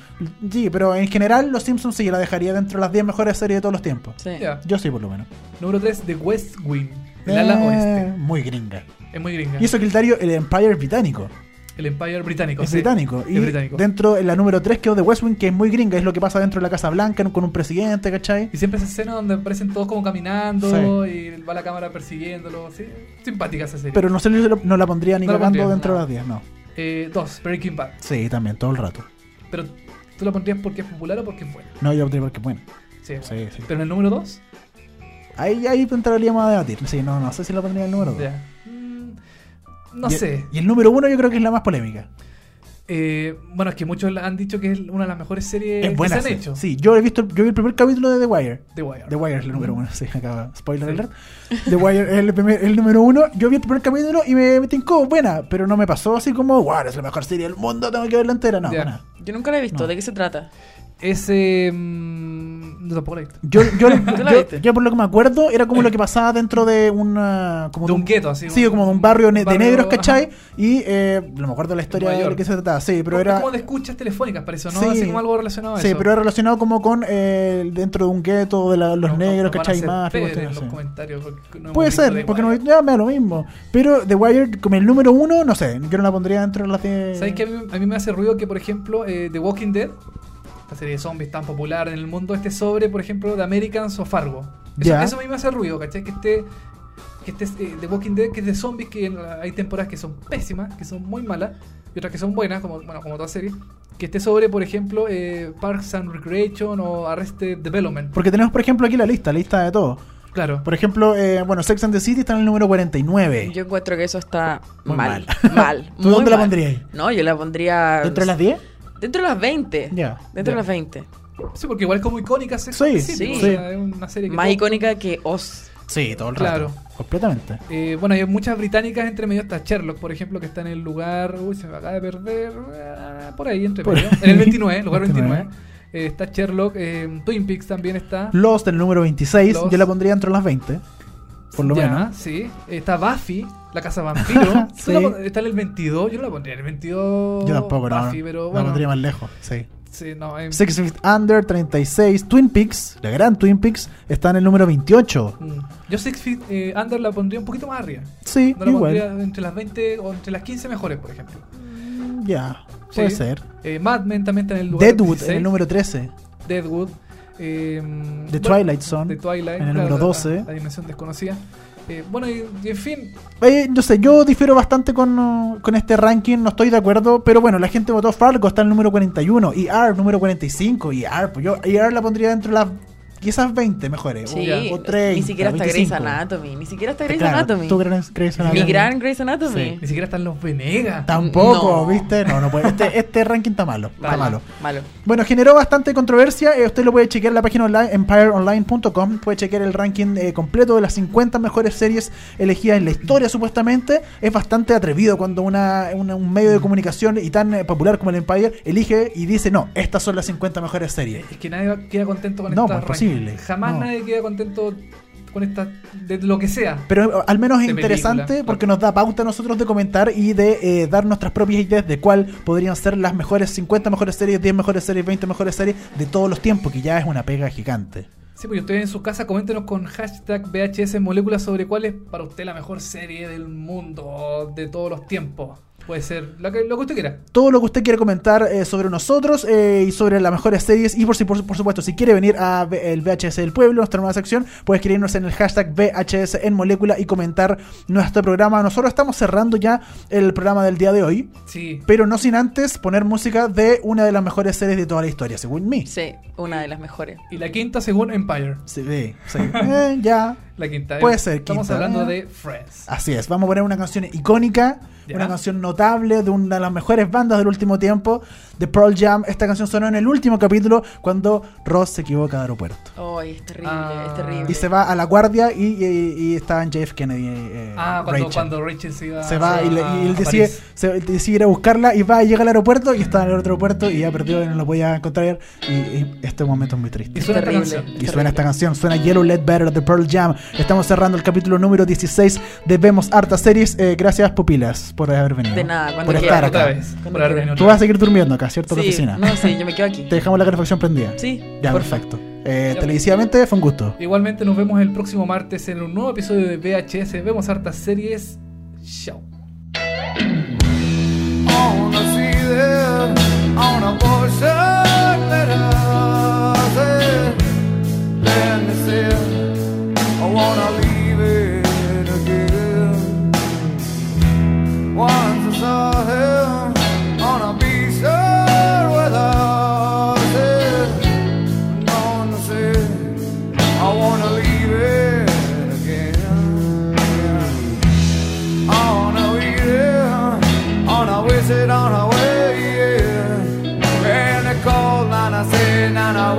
[SPEAKER 3] Sí, pero en general Los Simpsons sí, la dejaría dentro de las 10 mejores series de todos los tiempos.
[SPEAKER 5] Sí.
[SPEAKER 2] Ya.
[SPEAKER 3] Yo sí, por lo menos.
[SPEAKER 2] Número 3, The West Wing. El ala
[SPEAKER 3] Eh,
[SPEAKER 2] oeste.
[SPEAKER 3] Muy gringa.
[SPEAKER 2] Es muy gringa.
[SPEAKER 3] Y eso que el Dario, el Empire es británico.
[SPEAKER 2] El Empire británico.
[SPEAKER 3] Es
[SPEAKER 2] sí.
[SPEAKER 3] británico. Y
[SPEAKER 2] Es británico.
[SPEAKER 3] dentro, en la número 3 quedó de West Wing, que es muy gringa. Es lo que pasa dentro de la Casa Blanca con un presidente, ¿cachai?
[SPEAKER 2] Y siempre esa escena donde aparecen todos como caminando y va la cámara persiguiéndolo. Sí, simpática esa serie.
[SPEAKER 3] Pero no, se, le- no la pondría ni
[SPEAKER 2] No la
[SPEAKER 3] cagando
[SPEAKER 2] pondría,
[SPEAKER 3] dentro
[SPEAKER 2] no.
[SPEAKER 3] de las 10, no.
[SPEAKER 2] Eh, dos, Breaking Bad.
[SPEAKER 3] Sí, también, todo el rato.
[SPEAKER 2] Pero tú la pondrías porque es popular o porque es buena.
[SPEAKER 3] No, yo la pondría porque es bueno.
[SPEAKER 2] Sí, es
[SPEAKER 3] Sí,
[SPEAKER 2] buena.
[SPEAKER 3] sí.
[SPEAKER 2] Pero en el número dos,
[SPEAKER 3] Ahí, ahí entraríamos a debatir. Sí, no, no sé si la pondría en el número 2.
[SPEAKER 2] ya. Mm, no
[SPEAKER 3] y,
[SPEAKER 2] sé.
[SPEAKER 3] Y el número 1 yo creo que es la más polémica.
[SPEAKER 2] Eh, bueno, es que muchos la han dicho que es una de las mejores series
[SPEAKER 3] Es buena.
[SPEAKER 2] que se han
[SPEAKER 3] sí.
[SPEAKER 2] hecho.
[SPEAKER 3] Sí, yo he visto yo vi el primer capítulo de The Wire.
[SPEAKER 2] The Wire.
[SPEAKER 3] The Wire es el número uno, sí, acaba. Spoiler
[SPEAKER 2] Mm. Sí.
[SPEAKER 3] alert. The Wire es el, primer- el número uno. Yo vi el primer capítulo y me, me tincó, buena, pero no me pasó así como, wow, es la mejor serie del mundo, tengo que verla entera. No,
[SPEAKER 2] Ya.
[SPEAKER 3] buena.
[SPEAKER 5] Yo nunca la he visto,
[SPEAKER 3] No.
[SPEAKER 5] ¿de qué se trata?
[SPEAKER 2] Ese. mm, no tampoco la he visto.
[SPEAKER 3] Yo, yo,
[SPEAKER 5] la
[SPEAKER 3] yo-
[SPEAKER 5] viste?
[SPEAKER 3] yo por lo que me acuerdo, era como lo que pasaba dentro de una. Como
[SPEAKER 2] De un gueto, así,
[SPEAKER 3] Sí,
[SPEAKER 2] un-
[SPEAKER 3] como de un barrio, ne-
[SPEAKER 2] un barrio,
[SPEAKER 3] de negros,
[SPEAKER 2] ajá.
[SPEAKER 3] ¿cachai? Y eh, no me acuerdo la historia
[SPEAKER 2] Nueva
[SPEAKER 3] de lo
[SPEAKER 2] York.
[SPEAKER 3] que se trataba, sí, pero
[SPEAKER 2] Es
[SPEAKER 3] era.
[SPEAKER 2] como de escuchas telefónicas, parece, ¿no?
[SPEAKER 3] Sí.
[SPEAKER 2] Así como algo relacionado a
[SPEAKER 3] Sí,
[SPEAKER 2] eso.
[SPEAKER 3] pero era relacionado como con eh, dentro de un gueto, de la- los
[SPEAKER 2] No, no,
[SPEAKER 3] negros,
[SPEAKER 2] nos van a
[SPEAKER 3] ¿cachai?
[SPEAKER 2] hacer
[SPEAKER 3] Más,
[SPEAKER 2] peres en
[SPEAKER 3] cuestiones
[SPEAKER 2] los
[SPEAKER 3] así.
[SPEAKER 2] comentarios. porque no hemos
[SPEAKER 3] Puede
[SPEAKER 2] visto
[SPEAKER 3] ser,
[SPEAKER 2] The
[SPEAKER 3] porque no,
[SPEAKER 2] Wire.
[SPEAKER 3] ya me da lo mismo. Pero The Wire, como el número uno, no sé, yo no la pondría dentro de las de.
[SPEAKER 2] ¿Sabes que a mí, a mí me hace ruido que, por ejemplo, eh, The Walking Dead, esta serie de zombies tan popular en el mundo, esté sobre, por ejemplo, The Americans o Fargo? Eso,
[SPEAKER 3] Ya.
[SPEAKER 2] eso a mí me hace ruido, ¿cachai? Que esté, que esté eh, The Walking Dead, que es de zombies, que en- hay temporadas que son pésimas, que son muy malas, y otras que son buenas, como, bueno, como toda serie. Que esté sobre, por ejemplo, eh, Parks and Recreation o Arrested Development.
[SPEAKER 3] Porque tenemos, por ejemplo, aquí la lista, la lista de todo.
[SPEAKER 2] Claro.
[SPEAKER 3] Por ejemplo, eh, bueno, Sex and the City está en el número 49.
[SPEAKER 5] Yo encuentro que eso está
[SPEAKER 3] Muy
[SPEAKER 5] mal.
[SPEAKER 3] mal.
[SPEAKER 5] Mal.
[SPEAKER 3] ¿Tú
[SPEAKER 5] muy
[SPEAKER 3] dónde la
[SPEAKER 5] mal.
[SPEAKER 3] pondrías?
[SPEAKER 5] No, yo la pondría.
[SPEAKER 3] ¿Dentro de las 10?
[SPEAKER 5] Dentro de las 20.
[SPEAKER 3] Ya.
[SPEAKER 5] Dentro
[SPEAKER 2] Ya.
[SPEAKER 5] de las 20.
[SPEAKER 2] Sí, porque igual es como icónica. Sex
[SPEAKER 3] Sí,
[SPEAKER 2] and the City,
[SPEAKER 5] sí.
[SPEAKER 2] o sea, es una serie que
[SPEAKER 5] Más
[SPEAKER 2] todos-
[SPEAKER 5] icónica que Oz.
[SPEAKER 3] Sí, todo el
[SPEAKER 2] Claro.
[SPEAKER 3] rato. Completamente.
[SPEAKER 2] Eh, bueno, hay muchas británicas entre medio. Está Sherlock, por ejemplo, que está en el lugar. Uy, se me acaba de perder. ah, Por ahí, entre
[SPEAKER 3] Por
[SPEAKER 2] medio.
[SPEAKER 3] ahí.
[SPEAKER 2] En el 29, lugar 29.
[SPEAKER 3] 29.
[SPEAKER 2] Eh, está Sherlock. eh, Twin Peaks también está.
[SPEAKER 3] Lost en el número 26,
[SPEAKER 2] Lost.
[SPEAKER 3] yo la pondría dentro de las 20. Por lo
[SPEAKER 2] Ya,
[SPEAKER 3] menos.
[SPEAKER 2] Sí. Está Buffy, la casa vampiro.
[SPEAKER 3] Sí.
[SPEAKER 2] está en el 22. Yo no la pondría en el 22.
[SPEAKER 3] Yo tampoco, no.
[SPEAKER 2] Buffy, pero
[SPEAKER 3] La
[SPEAKER 2] bueno.
[SPEAKER 3] pondría más lejos, sí.
[SPEAKER 2] sí, no, eh, en-
[SPEAKER 3] Six Feet Under 36, Twin Peaks, la gran Twin Peaks, está en el número 28.
[SPEAKER 2] mm. Yo Six Feet eh, Under la pondría un poquito más arriba.
[SPEAKER 3] Sí,
[SPEAKER 2] No la
[SPEAKER 3] igual.
[SPEAKER 2] pondría entre las 20 o entre las 15 mejores, por ejemplo.
[SPEAKER 3] Ya, puede
[SPEAKER 2] Sí.
[SPEAKER 3] ser.
[SPEAKER 2] Eh, Mad Men también está en el lugar
[SPEAKER 3] Deadwood en
[SPEAKER 2] 16.
[SPEAKER 3] el número 13.
[SPEAKER 2] Deadwood. eh,
[SPEAKER 3] The
[SPEAKER 2] bueno,
[SPEAKER 3] Twilight Zone,
[SPEAKER 2] The Twilight,
[SPEAKER 3] en el
[SPEAKER 2] claro,
[SPEAKER 3] número
[SPEAKER 2] la-
[SPEAKER 3] 12.
[SPEAKER 2] La, dimensión desconocida. Eh, bueno, y, y en fin,
[SPEAKER 3] Eh, no sé, yo difiero bastante con, uh, con este ranking, no estoy de acuerdo, pero bueno, la gente votó Fargo, está en el número 41, y ER número 45, y ER, pues yo ER la pondría dentro de las quizás 20 mejores,
[SPEAKER 5] Sí.
[SPEAKER 3] o, o 30,
[SPEAKER 5] ni siquiera está Grey's
[SPEAKER 3] 25.
[SPEAKER 5] Anatomy. Ni siquiera está Grey's
[SPEAKER 3] Claro,
[SPEAKER 5] Anatomy.
[SPEAKER 3] tú Grey's- Grey's
[SPEAKER 5] Mi
[SPEAKER 3] Anatomy.
[SPEAKER 5] gran Grey's Anatomy.
[SPEAKER 2] ni siquiera están los Venegas.
[SPEAKER 3] Tampoco,
[SPEAKER 5] No.
[SPEAKER 3] ¿viste? No, no puede. Este, este ranking está malo, está malo.
[SPEAKER 5] Malo.
[SPEAKER 3] Bueno, generó bastante controversia. eh, usted lo puede chequear en la página online empireonline.com. Puede chequear el ranking eh, completo de las 50 mejores series elegidas en la historia, supuestamente. Es bastante atrevido cuando una, una- un medio de
[SPEAKER 2] Mm.
[SPEAKER 3] comunicación y tan eh, popular como el Empire elige y dice: No, estas son las 50 mejores series.
[SPEAKER 2] Es que nadie va- queda contento con
[SPEAKER 3] No,
[SPEAKER 2] estas
[SPEAKER 3] pues, imposible.
[SPEAKER 2] rankings. Jamás
[SPEAKER 3] No.
[SPEAKER 2] nadie queda contento con estas, de lo que sea.
[SPEAKER 3] Pero eh, al menos es
[SPEAKER 2] De
[SPEAKER 3] interesante
[SPEAKER 2] película,
[SPEAKER 3] porque nos da pauta a nosotros de comentar y de eh, dar nuestras propias ideas de cuál podrían ser las mejores 50 mejores series, 10 mejores series, 20 mejores series de todos los tiempos, que ya es una pega gigante.
[SPEAKER 2] Sí, porque ustedes en su casa coméntenos con hashtag VHS moléculas sobre cuál es para usted la mejor serie del mundo de todos los tiempos. Puede ser lo que, lo que usted quiera.
[SPEAKER 3] todo lo que usted quiere comentar eh, sobre nosotros eh, y sobre las mejores series. Y por, si- por, por supuesto, si quiere venir a V- el VHS del Pueblo, nuestra nueva sección, puede escribirnos en el hashtag VHS en molécula y comentar nuestro programa. Nosotros estamos cerrando ya el programa del día de hoy,
[SPEAKER 2] Sí.
[SPEAKER 3] pero no sin antes poner música de una de las mejores series de toda la historia, según mí.
[SPEAKER 5] Sí, una de las mejores.
[SPEAKER 2] Y la quinta según Empire.
[SPEAKER 3] Se ve, sí. Eh, ya.
[SPEAKER 2] La quinta.
[SPEAKER 3] Puede
[SPEAKER 2] Eh,
[SPEAKER 3] ser
[SPEAKER 2] Estamos
[SPEAKER 3] quinta.
[SPEAKER 2] hablando
[SPEAKER 3] Ah.
[SPEAKER 2] de Friends.
[SPEAKER 3] Así es, vamos a poner una canción icónica,
[SPEAKER 2] Ya.
[SPEAKER 3] una canción notable de una de las mejores bandas del último tiempo, de Pearl Jam. Esta canción sonó en el último capítulo cuando Ross se equivoca de aeropuerto.
[SPEAKER 5] Ay, es terrible,
[SPEAKER 2] Ah.
[SPEAKER 5] es terrible.
[SPEAKER 3] Y se va a la guardia y, y- y está en JF Kennedy. eh,
[SPEAKER 2] Ah, cuando
[SPEAKER 3] Rachel.
[SPEAKER 2] cuando Rachel se iba
[SPEAKER 3] Se va y, le- y él
[SPEAKER 2] a
[SPEAKER 3] decide,
[SPEAKER 2] París.
[SPEAKER 3] se- decide ir a buscarla y va y llega al aeropuerto y está en el otro aeropuerto y ya perdió y no lo podía encontrar. Y, y este momento es muy triste.
[SPEAKER 2] Y suena esta
[SPEAKER 5] Terrible.
[SPEAKER 2] canción.
[SPEAKER 3] Y suena esta canción, suena Yellow Let Better de Pearl Jam. Estamos cerrando el capítulo número 16 de Vemos Hartas Series. Eh, gracias, pupilas, por haber venido.
[SPEAKER 5] De nada, cuando
[SPEAKER 3] por
[SPEAKER 5] quieras.
[SPEAKER 3] estar
[SPEAKER 2] Otra
[SPEAKER 3] acá.
[SPEAKER 2] vez.
[SPEAKER 5] Cuando
[SPEAKER 2] Por haber
[SPEAKER 5] quiera.
[SPEAKER 2] venido
[SPEAKER 3] Tú
[SPEAKER 2] otra
[SPEAKER 3] vas a
[SPEAKER 2] vez.
[SPEAKER 3] seguir durmiendo acá, ¿cierto? En
[SPEAKER 5] sí,
[SPEAKER 3] la oficina.
[SPEAKER 5] No, sí, yo me quedo aquí.
[SPEAKER 3] Te dejamos la calefacción prendida.
[SPEAKER 5] Sí,
[SPEAKER 3] Ya,
[SPEAKER 5] por
[SPEAKER 3] perfecto. Eh, televisivamente fue un gusto.
[SPEAKER 2] Igualmente nos vemos el próximo martes en un nuevo episodio de VHS. Vemos hartas series. Chao.
[SPEAKER 4] on the sea there, on a ocean that has it. Let me sail, I wanna leave it again. Once I saw him on a beach there without it. And on the sea, I wanna leave it again. again on a way, yeah. on a visit, on a way, yeah. And the cold, and I said, and I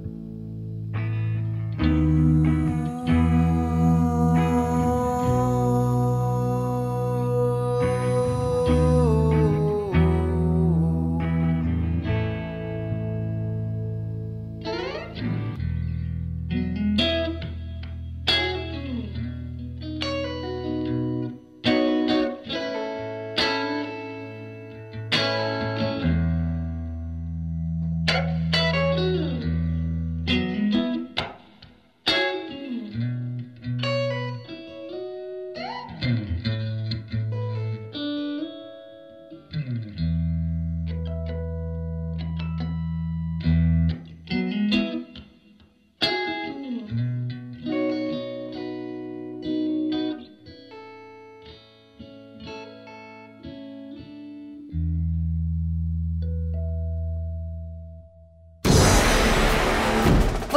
[SPEAKER 4] Oh,